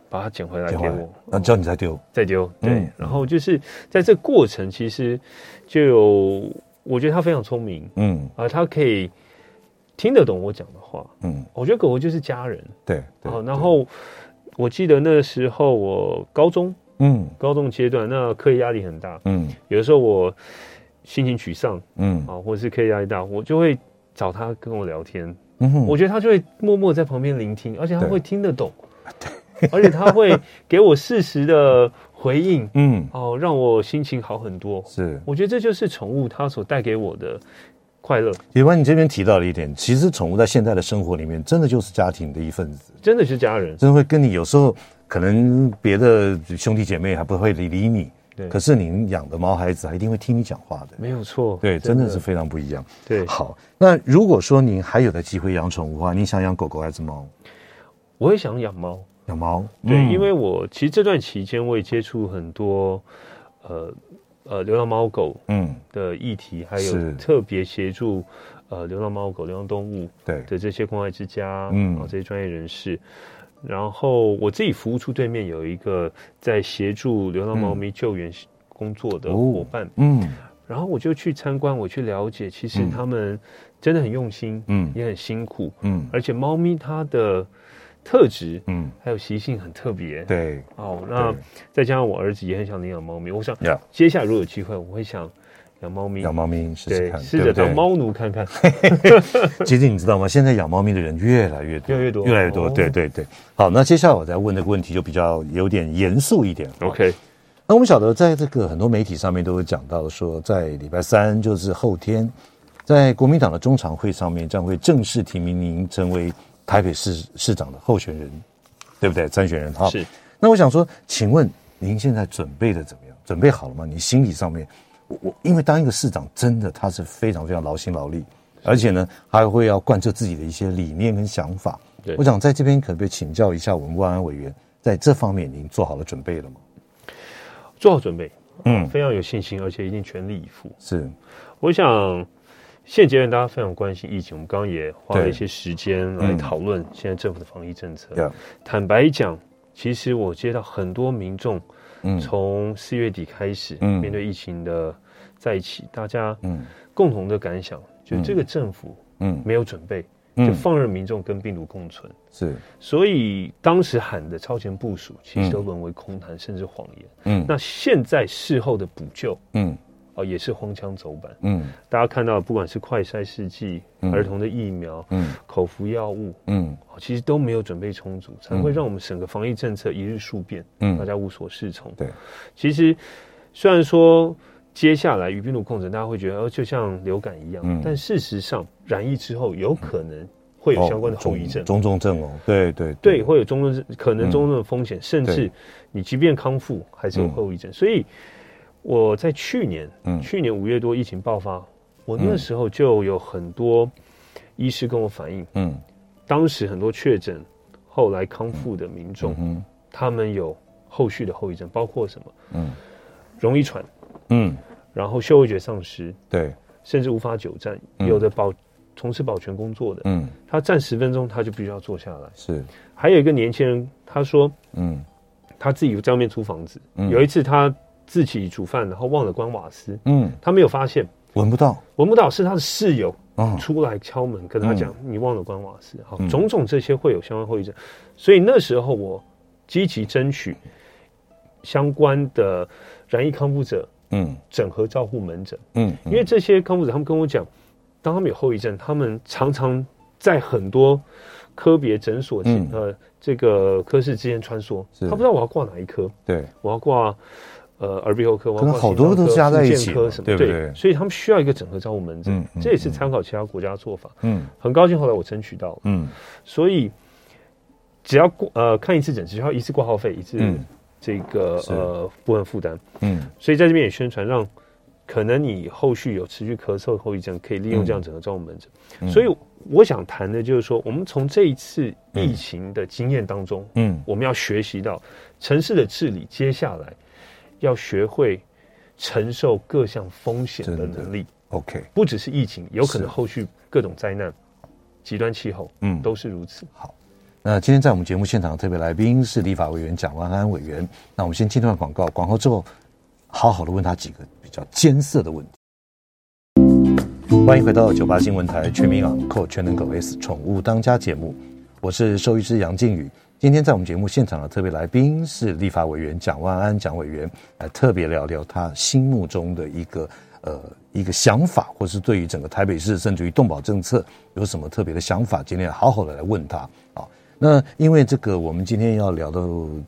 Speaker 2: 把它捡回来
Speaker 1: 捡
Speaker 2: 给
Speaker 1: 回来
Speaker 2: 我，
Speaker 1: 那啊叫你再丢，
Speaker 2: 再丢。对
Speaker 1: 嗯，
Speaker 2: 然后就是在这过程，其实就有我觉得它非常聪明
Speaker 1: 嗯
Speaker 2: 啊，它可以听得懂我讲的话。
Speaker 1: 嗯，
Speaker 2: 我觉得狗狗就是家人。哦
Speaker 1: 对，对
Speaker 2: 好，然后我记得那时候我高中
Speaker 1: 嗯
Speaker 2: 高中阶段，那课业压力很大，
Speaker 1: 嗯
Speaker 2: 有的时候我心情沮丧
Speaker 1: 嗯
Speaker 2: 啊，或者是课业压力大，我就会找他跟我聊天。
Speaker 1: 嗯哼，
Speaker 2: 我觉得他就会默默在旁边聆听，而且他
Speaker 1: 啊对
Speaker 2: 会听得懂，而且他会给我适时的回应，
Speaker 1: 嗯，
Speaker 2: 哦，让我心情好很多。
Speaker 1: 是。
Speaker 2: 我觉得这就是宠物它所带给我的快乐，
Speaker 1: 野湾，你这边提到了一点，其实宠物在现在的生活里面，真的就是家庭的一份子，
Speaker 2: 真的是家人。
Speaker 1: 真的会跟你有时候可能别的兄弟姐妹还不会理理你，
Speaker 2: 对，
Speaker 1: 可是你养的毛孩子还一定会听你讲话的。
Speaker 2: 没有错，
Speaker 1: 对，真的是非常不一样。
Speaker 2: 对。
Speaker 1: 好，那如果说您还有的机会养宠物的话，您想养狗狗还是猫？
Speaker 2: 我也想养猫，
Speaker 1: 养猫？
Speaker 2: 对，
Speaker 1: 嗯
Speaker 2: 因为我其实这段期间我也接触很多，呃呃，流浪猫狗
Speaker 1: 嗯，
Speaker 2: 的议题，还
Speaker 1: 是
Speaker 2: 有特别协助呃流浪猫狗、流浪动物
Speaker 1: 对，
Speaker 2: 的这些关爱之家，
Speaker 1: 嗯
Speaker 2: 嗯，这些专业人士。然后我自己服务处对面有一个在协助流浪猫咪救援工作的
Speaker 1: 嗯哦
Speaker 2: 伙伴，
Speaker 1: 嗯
Speaker 2: 然后我就去参观，我去了解，其实
Speaker 1: 嗯
Speaker 2: 他们真的很用心，
Speaker 1: 嗯
Speaker 2: 也很辛苦，
Speaker 1: 嗯
Speaker 2: 而且猫咪它的特质
Speaker 1: 嗯，
Speaker 2: 还有习性很特别，
Speaker 1: 对，
Speaker 2: 哦，那
Speaker 1: 对
Speaker 2: 再加上我儿子也很想领养猫咪，我想
Speaker 1: Yeah
Speaker 2: 接下来如果有机会，我会想养猫咪，
Speaker 1: 养猫咪试试
Speaker 2: 对，
Speaker 1: 看，
Speaker 2: 试
Speaker 1: 对
Speaker 2: 着
Speaker 1: 不对
Speaker 2: 当。猫奴看看。
Speaker 1: [laughs] 其实你知道吗？现在养猫咪的人越来越多，
Speaker 2: 越来越多
Speaker 1: 越来越多。
Speaker 2: 哦
Speaker 1: 对对对。好，那接下来我再问这个问题就比较有点严肃一点。 [laughs]
Speaker 2: OK，
Speaker 1: 那我们晓得，在这个很多媒体上面都有讲到说，在礼拜三，就是后天，在国民党的中常会上面将会正式提名您成为台北市市长的候选人，对不对？参选人哈。
Speaker 2: 是。
Speaker 1: 那我想说，请问您现在准备的怎么样？准备好了吗？你心理上面，我我因为当一个市长真的他是非常非常劳心劳力，而且呢还会要贯彻自己的一些理念跟想法。
Speaker 2: 对
Speaker 1: 我想在这边可不可以请教一下我们万安委员，在这方面您做好了准备了吗？
Speaker 2: 做好准备，
Speaker 1: 嗯，
Speaker 2: 非常有信心，而且一定全力以赴。
Speaker 1: 是，
Speaker 2: 我想现阶段大家非常关心疫情，我们刚刚也花了
Speaker 1: 对
Speaker 2: 一些时间来
Speaker 1: 嗯
Speaker 2: 讨论现在政府的防疫政策。
Speaker 1: Yeah
Speaker 2: 坦白讲，其实我接到很多民众
Speaker 1: 嗯
Speaker 2: 从四月底开始，
Speaker 1: 嗯
Speaker 2: 面对疫情的在一起，大家
Speaker 1: 嗯
Speaker 2: 共同的感想，就是这个政府
Speaker 1: 嗯
Speaker 2: 没有准备，就
Speaker 1: 嗯，
Speaker 2: 放任民众跟病毒共存。
Speaker 1: 是，
Speaker 2: 所以当时喊的超前部署，其实都沦为空谈，甚至谎言。
Speaker 1: 嗯
Speaker 2: 那现在事后的补救
Speaker 1: 嗯
Speaker 2: 啊、也是荒腔走板。
Speaker 1: 嗯
Speaker 2: 大家看到，不管是快筛试剂、
Speaker 1: 嗯
Speaker 2: 儿童的疫苗、
Speaker 1: 嗯
Speaker 2: 口服药物，
Speaker 1: 嗯
Speaker 2: 哦其实都没有准备充足，才会让我们整个防疫政策一日数变，大
Speaker 1: 嗯，
Speaker 2: 家无所适从。
Speaker 1: 对，
Speaker 2: 其实虽然说接下来与病毒共存，大家会觉得哦，就像流感一样，
Speaker 1: 嗯
Speaker 2: 但事实上染疫之后，有可能会有相关的后遗症。
Speaker 1: 哦中中症哦，对对
Speaker 2: 对，会有中症，可能中症的风险，甚
Speaker 1: 嗯对
Speaker 2: 至你即便康复还是有后遗症。所以我在去年，
Speaker 1: 嗯
Speaker 2: 去年五月多疫情爆发，我那时候就有很多医师跟我反映，
Speaker 1: 嗯
Speaker 2: 当时很多确诊后来康复的民众，
Speaker 1: 嗯
Speaker 2: 他们有后续的后遗症，包括什么
Speaker 1: 嗯
Speaker 2: 容易喘，
Speaker 1: 嗯，
Speaker 2: 然后嗅味觉丧失，
Speaker 1: 对，
Speaker 2: 甚至无法久站。
Speaker 1: 嗯
Speaker 2: 有的保从事保全工作的，
Speaker 1: 嗯
Speaker 2: 他站十分钟他就必须要坐下来。
Speaker 1: 是，
Speaker 2: 还有一个年轻人，他说。
Speaker 1: 嗯
Speaker 2: 他自己在外面租房子，
Speaker 1: 嗯
Speaker 2: 有一次他自己煮饭，然后忘了关瓦斯，
Speaker 1: 嗯，
Speaker 2: 他没有发现，
Speaker 1: 闻不到，
Speaker 2: 闻不到是他的室友
Speaker 1: 哦，
Speaker 2: 出来敲门跟他讲、你忘了关瓦斯，好，
Speaker 1: 嗯
Speaker 2: 种种这些会有相关后遗症，所以那时候我积极争取相关的染疫康复者
Speaker 1: 嗯
Speaker 2: 整合照护门诊，
Speaker 1: 嗯，
Speaker 2: 因为这些康复者他们跟我讲，当他们有后遗症，他们常常在很多科别诊所、
Speaker 1: 嗯
Speaker 2: 呃这个科室之间穿梭，
Speaker 1: 是
Speaker 2: 他不知道我要挂哪一科，
Speaker 1: 对，
Speaker 2: 我要挂呃耳鼻喉科，我要
Speaker 1: 可能
Speaker 2: 挂
Speaker 1: 好
Speaker 2: 心脏
Speaker 1: 多都
Speaker 2: 科
Speaker 1: 加在
Speaker 2: 复
Speaker 1: 一
Speaker 2: 健
Speaker 1: 起
Speaker 2: 科
Speaker 1: 嘛
Speaker 2: 什么
Speaker 1: 对不对
Speaker 2: 所以他们需要一个整合照护门诊，
Speaker 1: 嗯嗯
Speaker 2: 这也是参考其他国家的做法。
Speaker 1: 嗯
Speaker 2: 很高兴后来我争取到了，
Speaker 1: 嗯
Speaker 2: 所以只要挂呃看一次诊，只需要一次挂号费，一次
Speaker 1: 嗯
Speaker 2: 这个、
Speaker 1: 是
Speaker 2: 呃部分负担，
Speaker 1: 嗯
Speaker 2: 所以在这边也宣传让。可能你后续有持续咳嗽后遗症，可以利用这样整合照护门诊。
Speaker 1: 嗯
Speaker 2: 所以我想谈的就是说，我们从这一次疫情的经验当中，
Speaker 1: 嗯
Speaker 2: 我们要学习到城市的治理，接下来要学会承受各项风险的
Speaker 1: 真的
Speaker 2: 能力，
Speaker 1: ，OK，
Speaker 2: 不只是疫情，有可
Speaker 1: 是
Speaker 2: 能后续各种灾难、极端气候
Speaker 1: 嗯。
Speaker 2: 都是如此。
Speaker 1: 那今天在我们节目现场特别来宾是立法委员蒋万安委员。那我们先进段广告，广告之后好好的问他几个比较艰涩的问题。欢迎回到九八新闻台《全民养扣全能狗 S 宠物当家》节目，我是兽医师杨靖宇。今天在我们节目现场的特别来宾是立法委员蒋万安蒋委员，来特别聊聊他心目中的一个呃一个想法，或是对于整个台北市甚至于动保政策有什么特别的想法。今天好好的来问他啊。那因为这个我们今天要聊的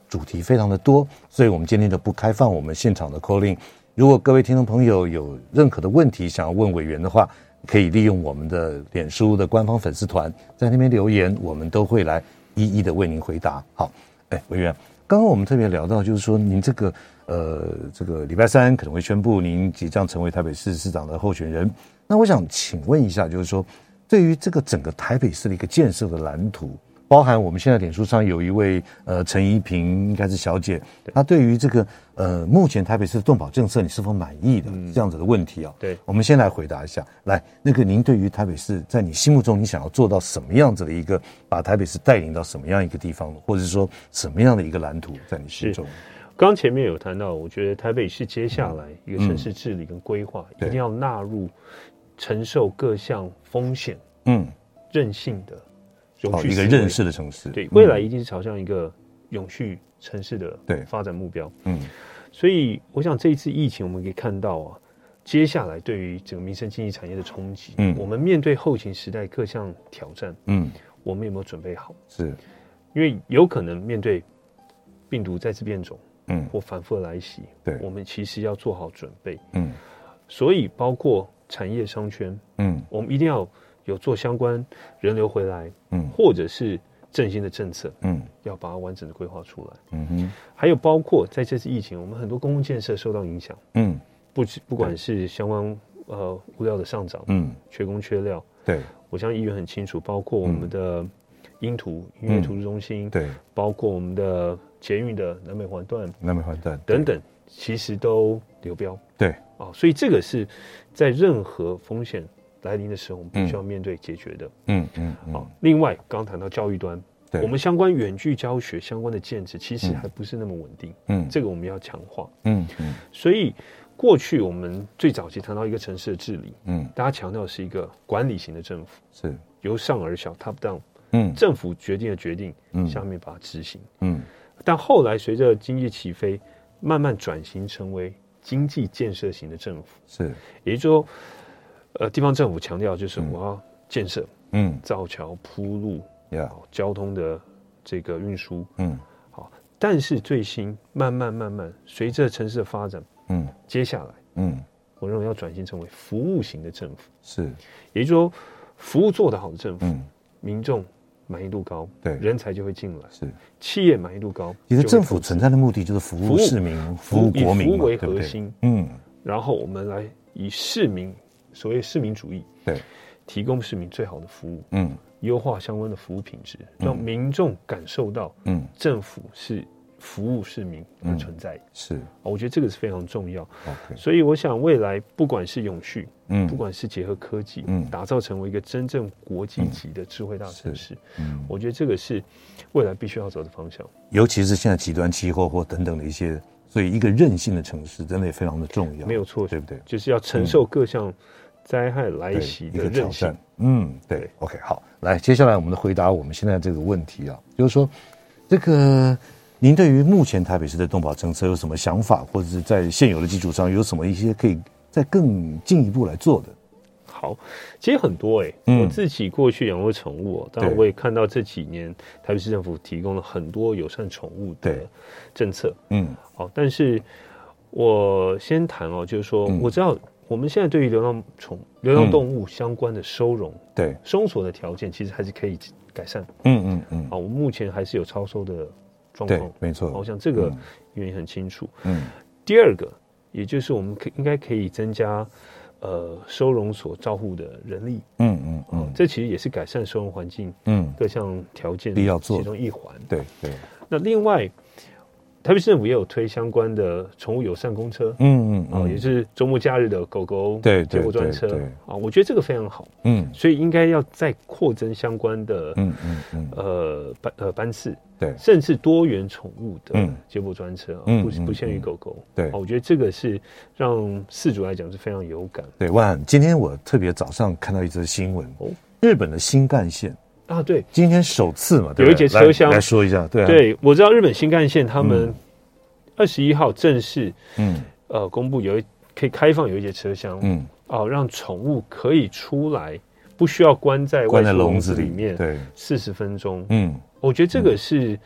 Speaker 1: 主题非常的多，所以我们今天就不开放我们现场的 call in。如果各位听众朋友有任何的问题想要问委员的话，可以利用我们的脸书的官方粉丝团，在那边留言，我们都会来一一的为您回答。好，哎，委员，刚刚我们特别聊到，就是说您这个呃，这个礼拜三可能会宣布您即将成为台北市市长的候选人。那我想请问一下，就是说对于这个整个台北市的一个建设的蓝图。包含我们现在脸书上有一位呃陈怡平，应该是小姐，她对于这个呃目前台北市的动保政策，你是否满意的、这样子的问题啊、
Speaker 2: 对
Speaker 1: 我们先来回答一下。来，那个您对于台北市，在你心目中，你想要做到什么样子的一个，把台北市带领到什么样一个地方，或者是说什么样的一个蓝图，在你心中？
Speaker 2: 刚前面有谈到，我觉得台北市接下来一个城市治理跟规划、
Speaker 1: 嗯对
Speaker 2: 一定要纳入承受各项风险、
Speaker 1: 嗯，
Speaker 2: 韧性的永
Speaker 1: 好
Speaker 2: 续
Speaker 1: 一个
Speaker 2: 思维
Speaker 1: 认识的城市，
Speaker 2: 对
Speaker 1: 嗯
Speaker 2: 未来一定是朝向一个永续城市
Speaker 1: 对
Speaker 2: 的发展目标。
Speaker 1: 嗯
Speaker 2: 所以，我想这一次疫情，我们可以看到啊，接下来对于整个民生经济产业的冲击，
Speaker 1: 嗯
Speaker 2: 我们面对后勤时代各项挑战，
Speaker 1: 嗯
Speaker 2: 我们有没有准备好？
Speaker 1: 是
Speaker 2: 因为有可能面对病毒再次变种
Speaker 1: 嗯
Speaker 2: 或反复的来袭，
Speaker 1: 对
Speaker 2: 我们其实要做好准备。
Speaker 1: 嗯
Speaker 2: 所以，包括产业商圈，
Speaker 1: 嗯
Speaker 2: 我们一定要有做相关人流回来，
Speaker 1: 嗯
Speaker 2: 或者是振兴的政策，
Speaker 1: 嗯
Speaker 2: 要把它完整的规划出来。
Speaker 1: 嗯哼
Speaker 2: 还有包括在这次疫情，我们很多公共建设受到影响，
Speaker 1: 嗯
Speaker 2: 不止不管是相关呃物料的上涨、
Speaker 1: 嗯
Speaker 2: 缺工缺料，
Speaker 1: 对
Speaker 2: 我相信议员很清楚，包括我们的音图音乐图书中心，，
Speaker 1: 嗯对，
Speaker 2: 包括我们的捷运的南北环段
Speaker 1: 南北环段
Speaker 2: 等等，其实都流标
Speaker 1: 对
Speaker 2: 哦，所以这个是在任何风险来临的时候，我们必须要面对解决的。
Speaker 1: 嗯嗯
Speaker 2: 哦
Speaker 1: 嗯，
Speaker 2: 另外刚谈到教育端，
Speaker 1: 对
Speaker 2: 我们相关远距教学相关的建制其实
Speaker 1: 嗯
Speaker 2: 还不是那么稳定，
Speaker 1: 嗯
Speaker 2: 这个我们要强化。
Speaker 1: 嗯嗯
Speaker 2: 所以过去我们最早期谈到一个城市的治理，
Speaker 1: 嗯
Speaker 2: 大家强调是一个管理型的政府，
Speaker 1: 是
Speaker 2: 由上而下 （top down），
Speaker 1: 嗯
Speaker 2: 政府决定了决定，
Speaker 1: 嗯
Speaker 2: 下面把它执行。
Speaker 1: 嗯
Speaker 2: 但后来随着经济起飞，慢慢转型成为经济建设型的政府，
Speaker 1: 是
Speaker 2: 也就是说，呃，地方政府强调就是
Speaker 1: 嗯
Speaker 2: 我要建设、
Speaker 1: 嗯
Speaker 2: 造桥、铺路、
Speaker 1: 呀
Speaker 2: 好交通的这个运输。
Speaker 1: 嗯
Speaker 2: 但是最新慢慢慢慢，随着城市的发展，
Speaker 1: 嗯
Speaker 2: 接下来
Speaker 1: 嗯
Speaker 2: 我认为要转型成为服务型的政府。
Speaker 1: 是
Speaker 2: 也就是说，服务做得好的政府，
Speaker 1: 嗯
Speaker 2: 民众满意度高，
Speaker 1: 对
Speaker 2: 人才就会进来，
Speaker 1: 是。
Speaker 2: 企业满意度高，
Speaker 1: 其实政
Speaker 2: 就
Speaker 1: 府
Speaker 2: 会投资
Speaker 1: 存在的目的就是服
Speaker 2: 服
Speaker 1: 务
Speaker 2: 务
Speaker 1: 市民、服务
Speaker 2: 以
Speaker 1: 国
Speaker 2: 服
Speaker 1: 民
Speaker 2: 务
Speaker 1: 嘛，
Speaker 2: 为
Speaker 1: 对不
Speaker 2: 核
Speaker 1: 对？
Speaker 2: 心，
Speaker 1: 嗯，
Speaker 2: 然后我们来以市民所谓市民主义，
Speaker 1: 对，
Speaker 2: 提供市民最好的服务，
Speaker 1: 嗯
Speaker 2: 优化相关的服务品质，让民众感受到
Speaker 1: 嗯
Speaker 2: 政府是服务市民而存在的。
Speaker 1: 是
Speaker 2: 我觉得这个是非常重要，
Speaker 1: OK，
Speaker 2: 所以我想未来不管是永续，
Speaker 1: 嗯
Speaker 2: 不管是结合科技，
Speaker 1: 嗯
Speaker 2: 打造成为一个真正国际级的智慧大城市，
Speaker 1: 嗯，
Speaker 2: 我觉得这个是未来必须要走的方向。
Speaker 1: 尤其是现在极端气候或等等的一些，所以一个韧性的城市真的也非常的重要，
Speaker 2: 没有错
Speaker 1: 对不对？
Speaker 2: 就是要承受各项灾害来
Speaker 1: 嗯对
Speaker 2: 袭
Speaker 1: 一
Speaker 2: 的
Speaker 1: 个挑
Speaker 2: 韧性
Speaker 1: 战。。嗯，对
Speaker 2: 对。
Speaker 1: OK，好，来，接下来我们回答我们现在这个问题啊，就是说，这个您对于目前台北市的动保政策有什么想法，或者是在现有的基础上有什么一些可以再更进一步来做的？
Speaker 2: 好，其实很多哎、
Speaker 1: 嗯
Speaker 2: 我自己过去养过宠物、哦，当然我也看到这几年台北市政府提供了很多友善宠物
Speaker 1: 对
Speaker 2: 的政策。
Speaker 1: 嗯
Speaker 2: 好，但是我先谈哦，就是说、
Speaker 1: 嗯
Speaker 2: 我知道我们现在对于流浪宠、流浪动物相关的收容、
Speaker 1: 对，
Speaker 2: 收缩的条件，其实还是可以改善。
Speaker 1: 嗯嗯
Speaker 2: 啊，
Speaker 1: 嗯，
Speaker 2: 我们目前还是有超收的状
Speaker 1: 对
Speaker 2: 况，。
Speaker 1: 没
Speaker 2: 好我
Speaker 1: 错，
Speaker 2: 想这个
Speaker 1: 嗯
Speaker 2: 原因很清楚。
Speaker 1: 嗯
Speaker 2: 第二个，也就是我们可应该可以增加呃收容所照护的人力，
Speaker 1: 嗯嗯嗯，
Speaker 2: 这其实也是改善收容环境
Speaker 1: 嗯，
Speaker 2: 各项条件
Speaker 1: 必要做的
Speaker 2: 其中一环。
Speaker 1: 对对，
Speaker 2: 那另外，台北市政府也有推相关的宠物友善公车。
Speaker 1: 嗯嗯
Speaker 2: 啊、也，是周末假日的狗狗
Speaker 1: 对
Speaker 2: 接
Speaker 1: 对
Speaker 2: 驳专
Speaker 1: 对
Speaker 2: 车
Speaker 1: 对
Speaker 2: 啊，我觉得这个非常好，
Speaker 1: 嗯
Speaker 2: 所以应该要再扩增相关的、
Speaker 1: 嗯嗯嗯，
Speaker 2: 呃班呃班次，
Speaker 1: 对
Speaker 2: 甚至多元宠物的
Speaker 1: 嗯
Speaker 2: 接驳专车，啊
Speaker 1: 嗯
Speaker 2: 不
Speaker 1: 嗯
Speaker 2: 不限于
Speaker 1: 嗯
Speaker 2: 狗狗。
Speaker 1: 对
Speaker 2: 哦，我觉得这个是让饲主来讲是非常有感
Speaker 1: 对。万，今天我特别早上看到一则新闻
Speaker 2: 哦，
Speaker 1: 日本的新干线。
Speaker 2: 啊。对，
Speaker 1: 今天首次嘛，对不对
Speaker 2: 有一节车厢
Speaker 1: 来来说一下，对啊，，
Speaker 2: 对我知道日本新干线他们二十一号正式
Speaker 1: 嗯
Speaker 2: 呃公布有一可以开放有一节车厢
Speaker 1: 嗯
Speaker 2: 哦，让宠物可以出来不需要关在
Speaker 1: 关
Speaker 2: 外
Speaker 1: 在
Speaker 2: 宿
Speaker 1: 笼
Speaker 2: 笼
Speaker 1: 子
Speaker 2: 子
Speaker 1: 里
Speaker 2: 里面
Speaker 1: 对，
Speaker 2: 四十分钟。
Speaker 1: 嗯
Speaker 2: 我觉得这个是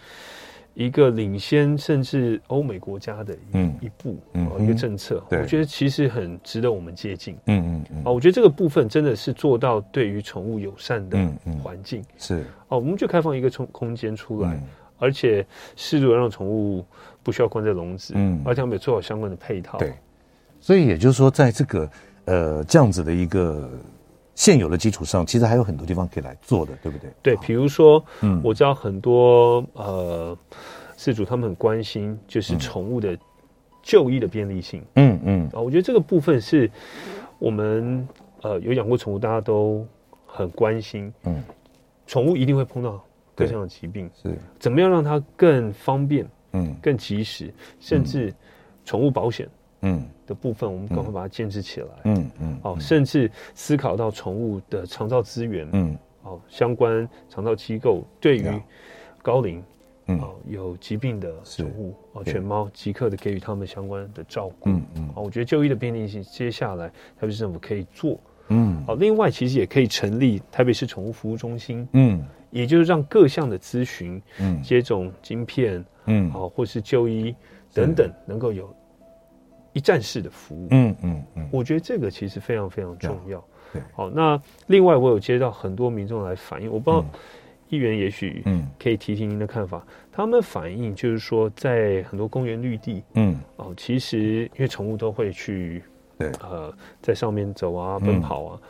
Speaker 2: 一个领先甚至欧美国家的一
Speaker 1: 嗯
Speaker 2: 一步，
Speaker 1: 嗯
Speaker 2: 哦
Speaker 1: 哼
Speaker 2: 一个政策。
Speaker 1: 对
Speaker 2: 我觉得其实很值得我们借鉴
Speaker 1: 嗯嗯嗯，
Speaker 2: 啊。我觉得这个部分真的是做到对于宠物友善的
Speaker 1: 嗯嗯
Speaker 2: 环境
Speaker 1: 是，
Speaker 2: 哦，我们就开放一个空空间出来，
Speaker 1: 嗯
Speaker 2: 而且适度地让宠物不需要关在笼子，
Speaker 1: 嗯
Speaker 2: 而且他们也做好相关的配套。
Speaker 1: 对，所以也就是说，在这个呃这样子的一个现有的基础上，其实还有很多地方可以来做的，对不对？
Speaker 2: 对，比如说，
Speaker 1: 嗯
Speaker 2: 我知道很多呃饲主他们很关心，就是宠物的就医的便利性
Speaker 1: 嗯嗯
Speaker 2: 啊、我觉得这个部分是我们呃有养过宠物，大家都很关心。
Speaker 1: 嗯，
Speaker 2: 宠物一定会碰到各
Speaker 1: 对
Speaker 2: 项的疾病，
Speaker 1: 是，
Speaker 2: 怎么样让它更方便、
Speaker 1: 嗯
Speaker 2: 更及时，甚至宠物保险
Speaker 1: 嗯
Speaker 2: 的部分，我们赶快把它建制起来。
Speaker 1: 嗯嗯，
Speaker 2: 哦，甚至思考到宠物的长照资源，
Speaker 1: 嗯
Speaker 2: 哦，相关肠道机构对于
Speaker 1: 了
Speaker 2: 高龄、
Speaker 1: 嗯
Speaker 2: 哦有疾病的宠物哦
Speaker 1: 对
Speaker 2: 犬猫即刻的给予他们相关的照顾。
Speaker 1: 嗯嗯
Speaker 2: 哦，我觉得就医的便利性，接下来台北市政府可以做。
Speaker 1: 嗯
Speaker 2: 哦，另外其实也可以成立台北市宠物服务中心，
Speaker 1: 嗯
Speaker 2: 也就是让各项的咨询、
Speaker 1: 嗯
Speaker 2: 接种、晶片，
Speaker 1: 嗯
Speaker 2: 哦，或是就医等等，能够有一站式的服务。
Speaker 1: 嗯嗯嗯，
Speaker 2: 我觉得这个其实非常非常重要
Speaker 1: 对。
Speaker 2: 好，那另外我有接到很多民众来反映，我不知道议员也许
Speaker 1: 嗯
Speaker 2: 可以提提您的看法。他们反映就是说，在很多公园绿地
Speaker 1: 嗯
Speaker 2: 哦，其实因为宠物都会去
Speaker 1: 对
Speaker 2: 呃在上面走啊、
Speaker 1: 嗯
Speaker 2: 奔跑啊。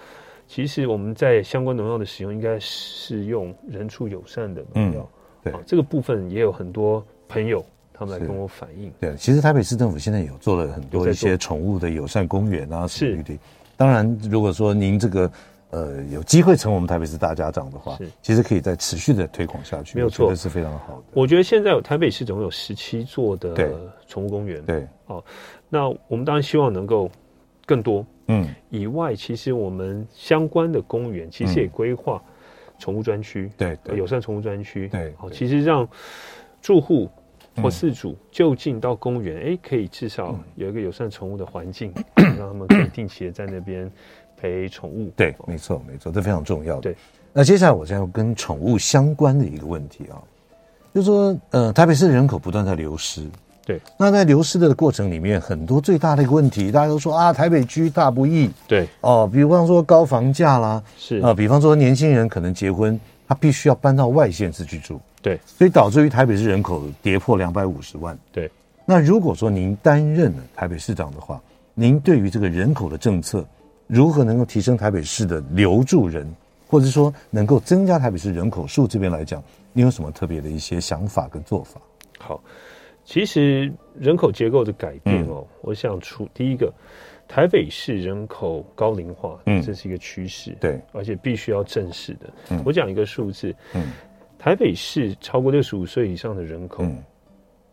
Speaker 2: 其实我们在相关农药的使用，应该是用人畜友善的农药。
Speaker 1: 嗯对
Speaker 2: 哦这个部分也有很多朋友他们来
Speaker 1: 是
Speaker 2: 跟我反映。
Speaker 1: 对，其实台北市政府现在有做了很多
Speaker 2: 有在
Speaker 1: 一
Speaker 2: 做
Speaker 1: 些宠物的友善公园啊，
Speaker 2: 是
Speaker 1: 什么的。当然，如果说您这个呃有机会成为我们台北市大家长的话
Speaker 2: 是，
Speaker 1: 其实可以再持续的推广下去，
Speaker 2: 没有
Speaker 1: 我觉得
Speaker 2: 错
Speaker 1: 是非常好的。
Speaker 2: 我觉得现在有台北市总共有十七座
Speaker 1: 对
Speaker 2: 的宠物公园，
Speaker 1: 对，
Speaker 2: 那我们当然希望能够更多。
Speaker 1: 嗯，
Speaker 2: 以外，其实我们相关的公园其实也规划宠物专区、
Speaker 1: 嗯
Speaker 2: 呃
Speaker 1: 对对
Speaker 2: 友善宠物专区。
Speaker 1: 对
Speaker 2: 好，
Speaker 1: 对
Speaker 2: 其实让住户
Speaker 1: 嗯
Speaker 2: 或饲主就近到公园，哎、可以至少有一个友善宠物的环境，
Speaker 1: [clears throat]
Speaker 2: 让他们可以定期的在那边陪宠物。
Speaker 1: 对，没错没错，这非常重要的。
Speaker 2: 对，
Speaker 1: 那接下来我将要跟宠物相关的一个问题啊，就是说，呃，台北市人口不断在流失。
Speaker 2: 对
Speaker 1: 那在流失的过程里面，很多最大的一个问题，大家都说啊，台北居大不易
Speaker 2: 对，
Speaker 1: 哦，比方说高房价啦，
Speaker 2: 是，
Speaker 1: 啊、比方说年轻人可能结婚，他必须要搬到外县市去住，
Speaker 2: 对
Speaker 1: 所以导致于台北市人口跌破两百五十万。
Speaker 2: 对。
Speaker 1: 那如果说您担任了台北市长的话，您对于这个人口的政策，如何能够提升台北市的留住人，或者说能够增加台北市人口数这边来讲，你有什么特别的一些想法跟做法？
Speaker 2: 好，其实人口结构的改
Speaker 1: 嗯
Speaker 2: 变哦，我想除第一个，台北市人口高龄化，
Speaker 1: 嗯
Speaker 2: 这是一个趋势，
Speaker 1: 对，
Speaker 2: 而且必须要正视的。
Speaker 1: 嗯
Speaker 2: 我讲一个数字，
Speaker 1: 嗯
Speaker 2: 台北市超过六十五岁以上的人口
Speaker 1: 嗯，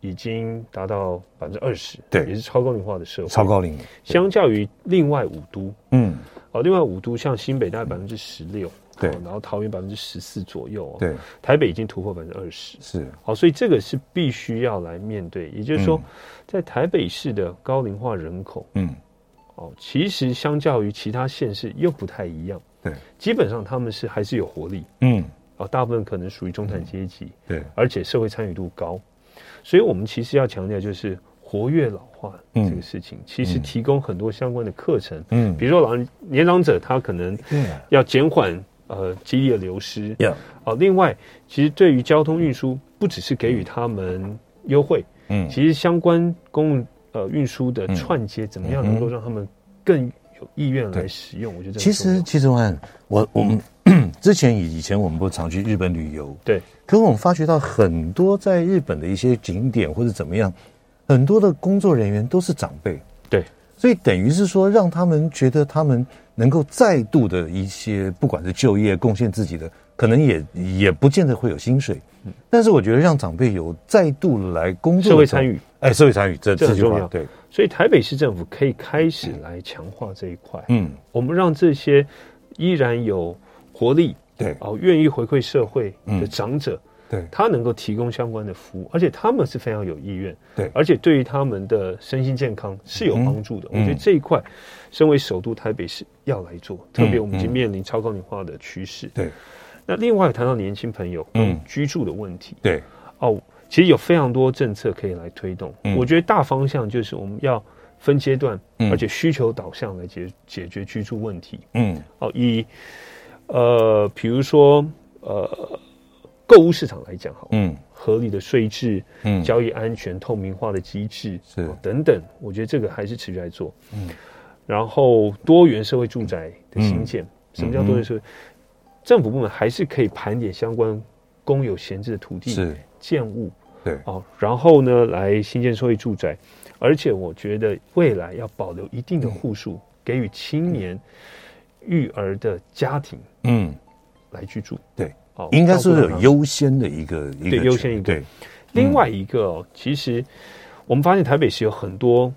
Speaker 2: 已经达到百分之二十，
Speaker 1: 对
Speaker 2: 也是超高龄化的社会，
Speaker 1: 超。高龄，
Speaker 2: 相较于另外五都，
Speaker 1: 嗯，
Speaker 2: 哦，另外五都像新北大概百分之十六，
Speaker 1: 对
Speaker 2: 哦然后桃园百分之十四左右、哦，，
Speaker 1: 对，
Speaker 2: 台北已经突破百分之二十，
Speaker 1: 是，
Speaker 2: 好，所以这个是必须要来面对。也就是说
Speaker 1: 嗯，
Speaker 2: 在台北市的高龄化人口
Speaker 1: 嗯，
Speaker 2: 哦，其实相较于其他县市又不太一样。
Speaker 1: 对，
Speaker 2: 基本上他们是还是有活力
Speaker 1: 嗯，
Speaker 2: 哦，大部分可能属于中产阶级，
Speaker 1: 对，
Speaker 2: 而且社会参与度高。所以我们其实要强调就是活跃老化
Speaker 1: 嗯
Speaker 2: 这个事情，其实提供很多相关的课程，
Speaker 1: 嗯
Speaker 2: 比，如说老人年长者他可能
Speaker 1: 对啊，
Speaker 2: 要减缓呃肌力的流失，
Speaker 1: 呀，
Speaker 2: 哦，另外，其实对于交通运输，不只是给予他们优惠，
Speaker 1: 嗯，
Speaker 2: 其实相关公共呃运输的串接，怎么样能够让他们更有意愿来使用？我觉得这
Speaker 1: 其
Speaker 2: 很重要
Speaker 1: 实，其实我很我我们 [clears throat] 之前以以前我们不常去日本旅游，
Speaker 2: 对
Speaker 1: 可我们发觉到很多在日本的一些景点或者怎么样，很多的工作人员都是长辈，
Speaker 2: 对
Speaker 1: 所以等于是说让他们觉得他们能够再度的一些，不管是就业贡献自己的，可能也也不见得会有薪水，但是我觉得让长辈有再度来工作的
Speaker 2: 嗯社会
Speaker 1: 时候
Speaker 2: 参与，
Speaker 1: 哎，社会参与这
Speaker 2: 这很
Speaker 1: 句
Speaker 2: 重
Speaker 1: 话
Speaker 2: 要
Speaker 1: 对，
Speaker 2: 所以台北市政府可以开始来强化这一块，
Speaker 1: 嗯，
Speaker 2: 我们让这些依然有活力
Speaker 1: 对，
Speaker 2: 哦，愿意回馈社会
Speaker 1: 嗯
Speaker 2: 的长者，
Speaker 1: 对
Speaker 2: 他能够提供相关的服务，而且他们是非常有意愿，
Speaker 1: 对
Speaker 2: 而且对于他们的身心健康是有帮助的。
Speaker 1: 嗯
Speaker 2: 我觉得这一块，身为首都台北市要来做，特别我们已经
Speaker 1: 嗯
Speaker 2: 面临超高龄化的趋势。
Speaker 1: 对
Speaker 2: 那另外谈到年轻朋友
Speaker 1: 嗯
Speaker 2: 嗯居住的问题
Speaker 1: 对，
Speaker 2: 哦，其实有非常多政策可以来推动。
Speaker 1: 嗯
Speaker 2: 我觉得大方向就是我们要分阶段，
Speaker 1: 嗯
Speaker 2: 而且需求导向来解解决居住问题。
Speaker 1: 嗯
Speaker 2: 哦，以呃，比如说呃，购物市场来讲，好了，
Speaker 1: 嗯
Speaker 2: 合理的税制、
Speaker 1: 嗯，
Speaker 2: 交易安全、透明化的机制，
Speaker 1: 是
Speaker 2: 哦等等，我觉得这个还是持续来做。嗯，然后多元社会住宅的
Speaker 1: 嗯
Speaker 2: 兴建，什么叫多元社会？政府部门还是可以盘点相关公有闲置的土地
Speaker 1: 是
Speaker 2: 建物
Speaker 1: 对
Speaker 2: 哦，然后呢来新建社会住宅，而且我觉得未来要保留一定的户数，
Speaker 1: 嗯
Speaker 2: 给予青年育儿的家庭
Speaker 1: 嗯。
Speaker 2: 来居住。
Speaker 1: 对，
Speaker 2: 哦
Speaker 1: 应该是
Speaker 2: 照顾到
Speaker 1: 有嗯
Speaker 2: 他
Speaker 1: 优先的一个一个
Speaker 2: 对
Speaker 1: 权
Speaker 2: 优先一个
Speaker 1: 对
Speaker 2: 另外一个、哦，其实我们发现台北市有很多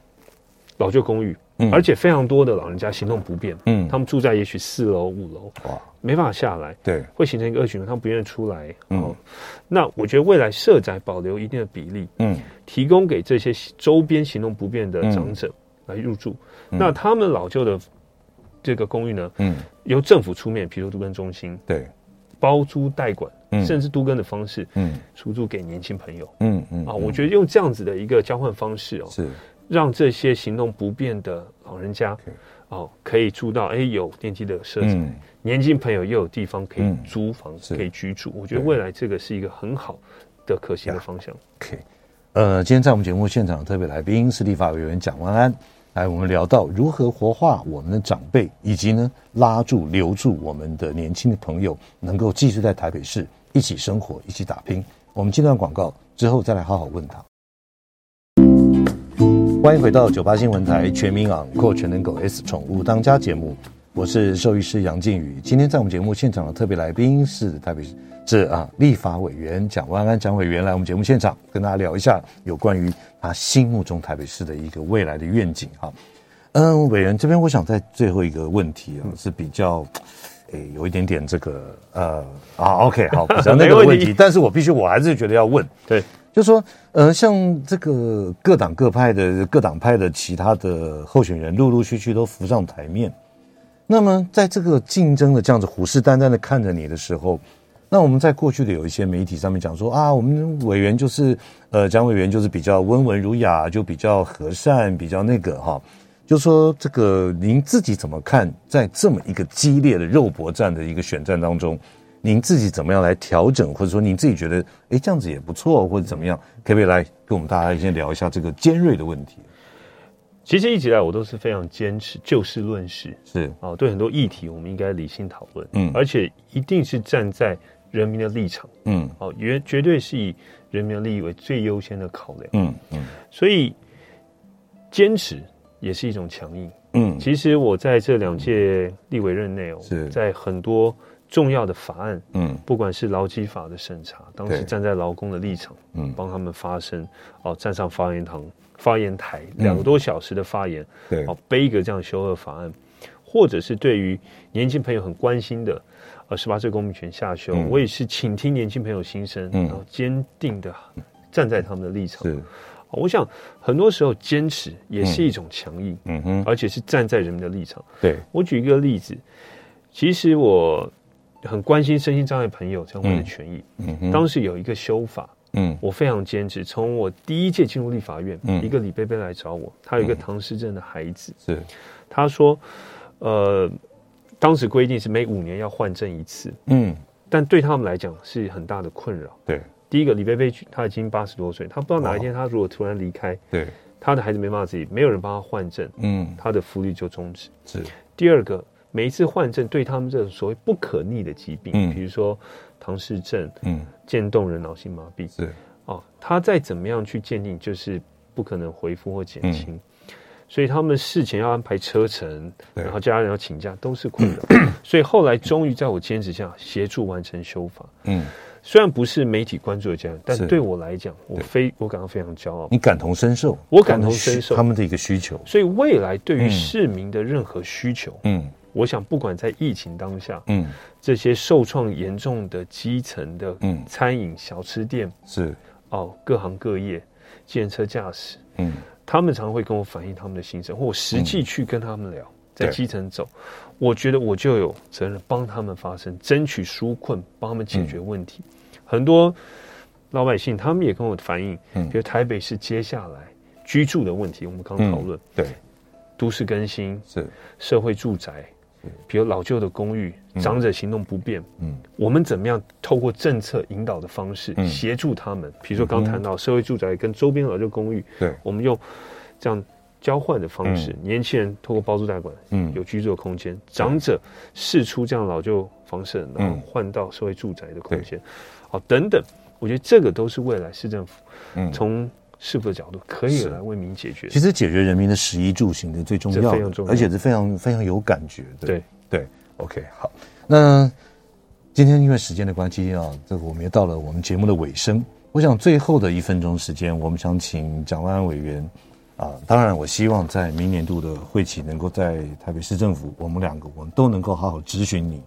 Speaker 2: 老旧公寓，
Speaker 1: 嗯
Speaker 2: 而且非常多的老人家行动不便，
Speaker 1: 嗯
Speaker 2: 他们住在也许四楼、五楼，
Speaker 1: 哇
Speaker 2: 没办法下来，
Speaker 1: 对
Speaker 2: 会形成一个恶循环，他们不愿意出来。
Speaker 1: 嗯
Speaker 2: 哦，那我觉得未来社宅保留一定的比例，
Speaker 1: 嗯
Speaker 2: 提供给这些周边行动不便的长
Speaker 1: 嗯
Speaker 2: 者来入住。那他们老旧的这个公寓呢，
Speaker 1: 嗯
Speaker 2: 由政府出面，比如说都更中心
Speaker 1: 对
Speaker 2: 包租代管，
Speaker 1: 嗯
Speaker 2: 甚至都更的方式
Speaker 1: 嗯
Speaker 2: 出租给年轻朋友。
Speaker 1: 嗯嗯
Speaker 2: 啊，我觉得用这样子的一个交换方式哦，
Speaker 1: 是
Speaker 2: 让这些行动不便的老人家
Speaker 1: OK
Speaker 2: 哦，可以住到哎有电梯的设置，
Speaker 1: 嗯
Speaker 2: 年轻朋友又有地方可以
Speaker 1: 嗯
Speaker 2: 租房、
Speaker 1: 是
Speaker 2: 可以居住。我觉得
Speaker 1: 对
Speaker 2: 未来这个是一个很好的可行的方向。
Speaker 1: OK。呃，今天在我们节目现场的特别来宾是立法委员蒋万安，来我们聊到如何活化我们的长辈，以及呢拉住留住我们的年轻的朋友，能够继续在台北市一起生活，一起打拼。我们进段广告之后再来好好问他。欢迎回到九八新闻台《全民养阔全能狗 S 宠物当家》节目，我是兽医师杨靖宇。今天在我们节目现场的特别来宾是台北市这啊立法委员蒋万安蒋委员来我们节目现场跟大家聊一下有关于他心目中台北市的一个未来的愿景哈。嗯，委员这边我想在最后一个问题啊是比较。诶，有一点点这个呃啊，OK，好，比较那
Speaker 2: [laughs] 没
Speaker 1: 个
Speaker 2: 问题
Speaker 1: 问题，但是我必须我还是觉得要问，
Speaker 2: 对，
Speaker 1: 就说，呃，像这个各党各派的各党派的其他的候选人，陆陆续续都浮上台面。那么，在这个竞争的这样子虎视眈眈的看着你的时候，那我们在过去的有一些媒体上面讲说啊，我们委员就是呃，蒋委员就是比较温文儒雅，就比较和善，比较那个哈。就说这个您自己怎么看，在这么一个激烈的肉搏战的一个选战当中，您自己怎么样来调整，或者说您自己觉得哎这样子也不错，或者怎么样，可不可以来跟我们大家先聊一下这个尖锐的问题？
Speaker 2: 其实一直以来我都是非常坚持就事论事
Speaker 1: 是，
Speaker 2: 啊、对很多议题我们应该理性讨论，
Speaker 1: 嗯
Speaker 2: 而且一定是站在人民的立场，
Speaker 1: 嗯
Speaker 2: 哦，绝绝对是以人民的利益为最优先的考量，
Speaker 1: 嗯嗯
Speaker 2: 所以坚持也是一种强硬。
Speaker 1: 嗯，
Speaker 2: 其实我在这两届立委任内哦
Speaker 1: 是，
Speaker 2: 在很多重要的法案，
Speaker 1: 嗯
Speaker 2: 不管是劳基法的审查，当
Speaker 1: 对
Speaker 2: 时站在劳工的立场，
Speaker 1: 嗯
Speaker 2: 帮他们发声，哦，站上发言堂、发言台
Speaker 1: 嗯
Speaker 2: 两个多小时的发言，
Speaker 1: 对
Speaker 2: 哦，背一个这样修恶法案，或者是对于年轻朋友很关心的，呃，十八岁公民权下修，
Speaker 1: 嗯
Speaker 2: 我也是倾听年轻朋友心声，
Speaker 1: 嗯
Speaker 2: 然后坚定的站在他们的立场。
Speaker 1: 是，
Speaker 2: 哦我想很多时候坚持也是一种强硬，
Speaker 1: 嗯哼，
Speaker 2: 而且是站在人民的立场。
Speaker 1: 对，
Speaker 2: 我举一个例子，其实我很关心身心障碍朋友相关的权益。
Speaker 1: 嗯哼，
Speaker 2: 当时有一个修法，
Speaker 1: 嗯
Speaker 2: 我非常坚持。从我第一届进入立法院，
Speaker 1: 嗯
Speaker 2: 一个李贝贝来找我，他有一个唐氏症的孩子，
Speaker 1: 是，
Speaker 2: 他说，呃，当时规定是每五年要换证一次，
Speaker 1: 嗯
Speaker 2: 但对他们来讲是很大的困扰。
Speaker 1: 对
Speaker 2: 第一个，李贝贝他已经八十多岁，他不知道哪一天他如果突然离开，
Speaker 1: 对，
Speaker 2: 他的孩子没办法自己，没有人帮他换证，
Speaker 1: 嗯
Speaker 2: 他的福利就终止。
Speaker 1: 是，
Speaker 2: 第二个，每一次换证对他们这种所谓不可逆的疾病，
Speaker 1: 嗯
Speaker 2: 比如说唐氏症、
Speaker 1: 嗯
Speaker 2: 渐冻人脑性麻痹，
Speaker 1: 是，
Speaker 2: 哦，他再怎么样去鉴定，就是不可能回复或
Speaker 1: 嗯
Speaker 2: 减轻。所以他们事前要安排车程，
Speaker 1: 对
Speaker 2: 然后家人要请假，都是困扰。
Speaker 1: [clears throat]
Speaker 2: 所以后来终于在我坚持下，协助完成修法。
Speaker 1: 嗯，
Speaker 2: 虽然不是媒体关注的这样，但
Speaker 1: 是
Speaker 2: 对我来讲，我
Speaker 1: 对
Speaker 2: 非我感到非常骄傲。
Speaker 1: 你感同身受，
Speaker 2: 我感同身受
Speaker 1: 他们的需他们的一个需求，
Speaker 2: 所以未来对于
Speaker 1: 嗯
Speaker 2: 市民的任何需求，
Speaker 1: 嗯
Speaker 2: 我想，不管在疫情当下，
Speaker 1: 嗯
Speaker 2: 这些受创严重的基层的
Speaker 1: 嗯
Speaker 2: 餐饮小吃店
Speaker 1: 是
Speaker 2: 哦，各行各业，建车驾驶，
Speaker 1: 嗯
Speaker 2: 他们常会跟我反映他们的心声，或我实际去跟他们聊，
Speaker 1: 嗯
Speaker 2: 在基层走，我觉得我就有责任帮他们发声，争取纾困，帮他们解
Speaker 1: 嗯
Speaker 2: 决问题。很多老百姓他们也跟我反映，
Speaker 1: 嗯
Speaker 2: 比如台北市接下来居住的问题，我们刚刚讨论、
Speaker 1: 嗯对
Speaker 2: 都市更新、
Speaker 1: 是
Speaker 2: 社会住宅，比如老旧的公寓，长者行动不便，
Speaker 1: 嗯
Speaker 2: 我们怎么样透过政策引导的方式
Speaker 1: 嗯
Speaker 2: 协助他们？比如说刚谈到社会住宅跟周边老旧公寓，
Speaker 1: 对
Speaker 2: 我们用这样交换的方式，年轻人透过包租代管
Speaker 1: 嗯
Speaker 2: 有居住的空间，长者释出这样老旧房舍，然
Speaker 1: 嗯
Speaker 2: 后换到社会住宅的空间，好、等等，我觉得这个都是未来市政府
Speaker 1: 嗯
Speaker 2: 从市府的角度可以
Speaker 1: 是
Speaker 2: 来为民解决。
Speaker 1: 其实解决人民的食衣住行的最重要的，
Speaker 2: 这非常重要
Speaker 1: 而且是非常非常有感觉的。
Speaker 2: 对
Speaker 1: 对，OK，好。那今天因为时间的关系啊，这个我们也到了我们节目的尾声。我想最后的一分钟时间，我们想请蒋万安委员啊，当然我希望在明年度的会期能够在台北市政府，我们两个我们都能够好好咨询
Speaker 2: [laughs]
Speaker 1: 你。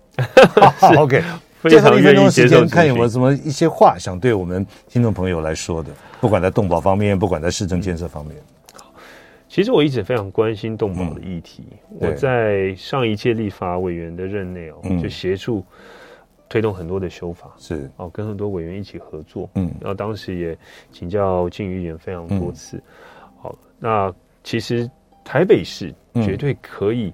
Speaker 1: OK，
Speaker 2: 非
Speaker 1: 最后
Speaker 2: 常
Speaker 1: 一分
Speaker 2: 愿
Speaker 1: 钟
Speaker 2: 意
Speaker 1: 的时
Speaker 2: 接受
Speaker 1: 间，
Speaker 2: 咨
Speaker 1: 看有没有
Speaker 2: 询
Speaker 1: 什么一些话想对我们听众朋友来说的，不管在动保方面，不管在市政建设方面。
Speaker 2: 其实我一直非常关心动保的议题。
Speaker 1: 对
Speaker 2: 我在上一届立法委员的任内哦，
Speaker 1: 嗯
Speaker 2: 就协助推动很多的修法，
Speaker 1: 是，
Speaker 2: 哦，跟很多委员一起合作。
Speaker 1: 嗯
Speaker 2: 然后当时也请教靳议员非常多次。好，那其实台北市
Speaker 1: 嗯
Speaker 2: 绝对可以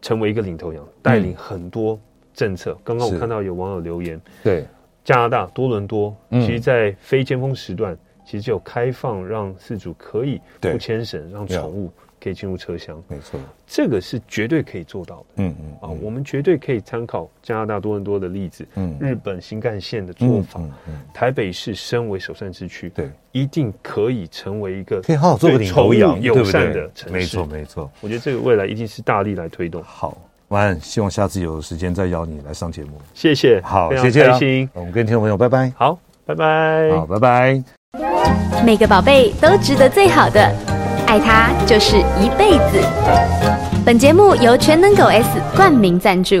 Speaker 2: 成为一个领头羊，带领很多政策。刚刚
Speaker 1: 嗯是
Speaker 2: 我看到有网友留言，
Speaker 1: 对，
Speaker 2: 加拿大多伦多，
Speaker 1: 嗯
Speaker 2: 其实在非尖峰时段，其实就有开放让饲主可以
Speaker 1: 对啊
Speaker 2: 不牵绳，让宠物可以进入车厢，
Speaker 1: 没错，
Speaker 2: 这个是绝对可以做到的
Speaker 1: 嗯嗯
Speaker 2: 啊！我们绝对可以参考加拿大多伦多的例子，
Speaker 1: 嗯
Speaker 2: 日本新干线的做法，
Speaker 1: 嗯嗯
Speaker 2: 台北市身为首善之区，
Speaker 1: 对，
Speaker 2: 一定可以成为一个
Speaker 1: 可以好好做个
Speaker 2: 对
Speaker 1: 领头羊，
Speaker 2: 宠物
Speaker 1: 对
Speaker 2: 友
Speaker 1: 不
Speaker 2: 善
Speaker 1: 对？
Speaker 2: 的城市。
Speaker 1: 没错，，没错。
Speaker 2: 我觉得这个未来一定是大力来推动。
Speaker 1: 好，晚安，希望下次有时间再邀你来上节目。
Speaker 2: 谢谢，
Speaker 1: 好，
Speaker 2: 非常
Speaker 1: 谢谢啊
Speaker 2: 开心。
Speaker 1: 我们跟听众朋友拜拜。
Speaker 2: 好，拜拜。
Speaker 1: 好，拜拜。
Speaker 3: 每个宝贝都值得最好的，爱他就是一辈子。本节目由全能狗 S 冠名赞助。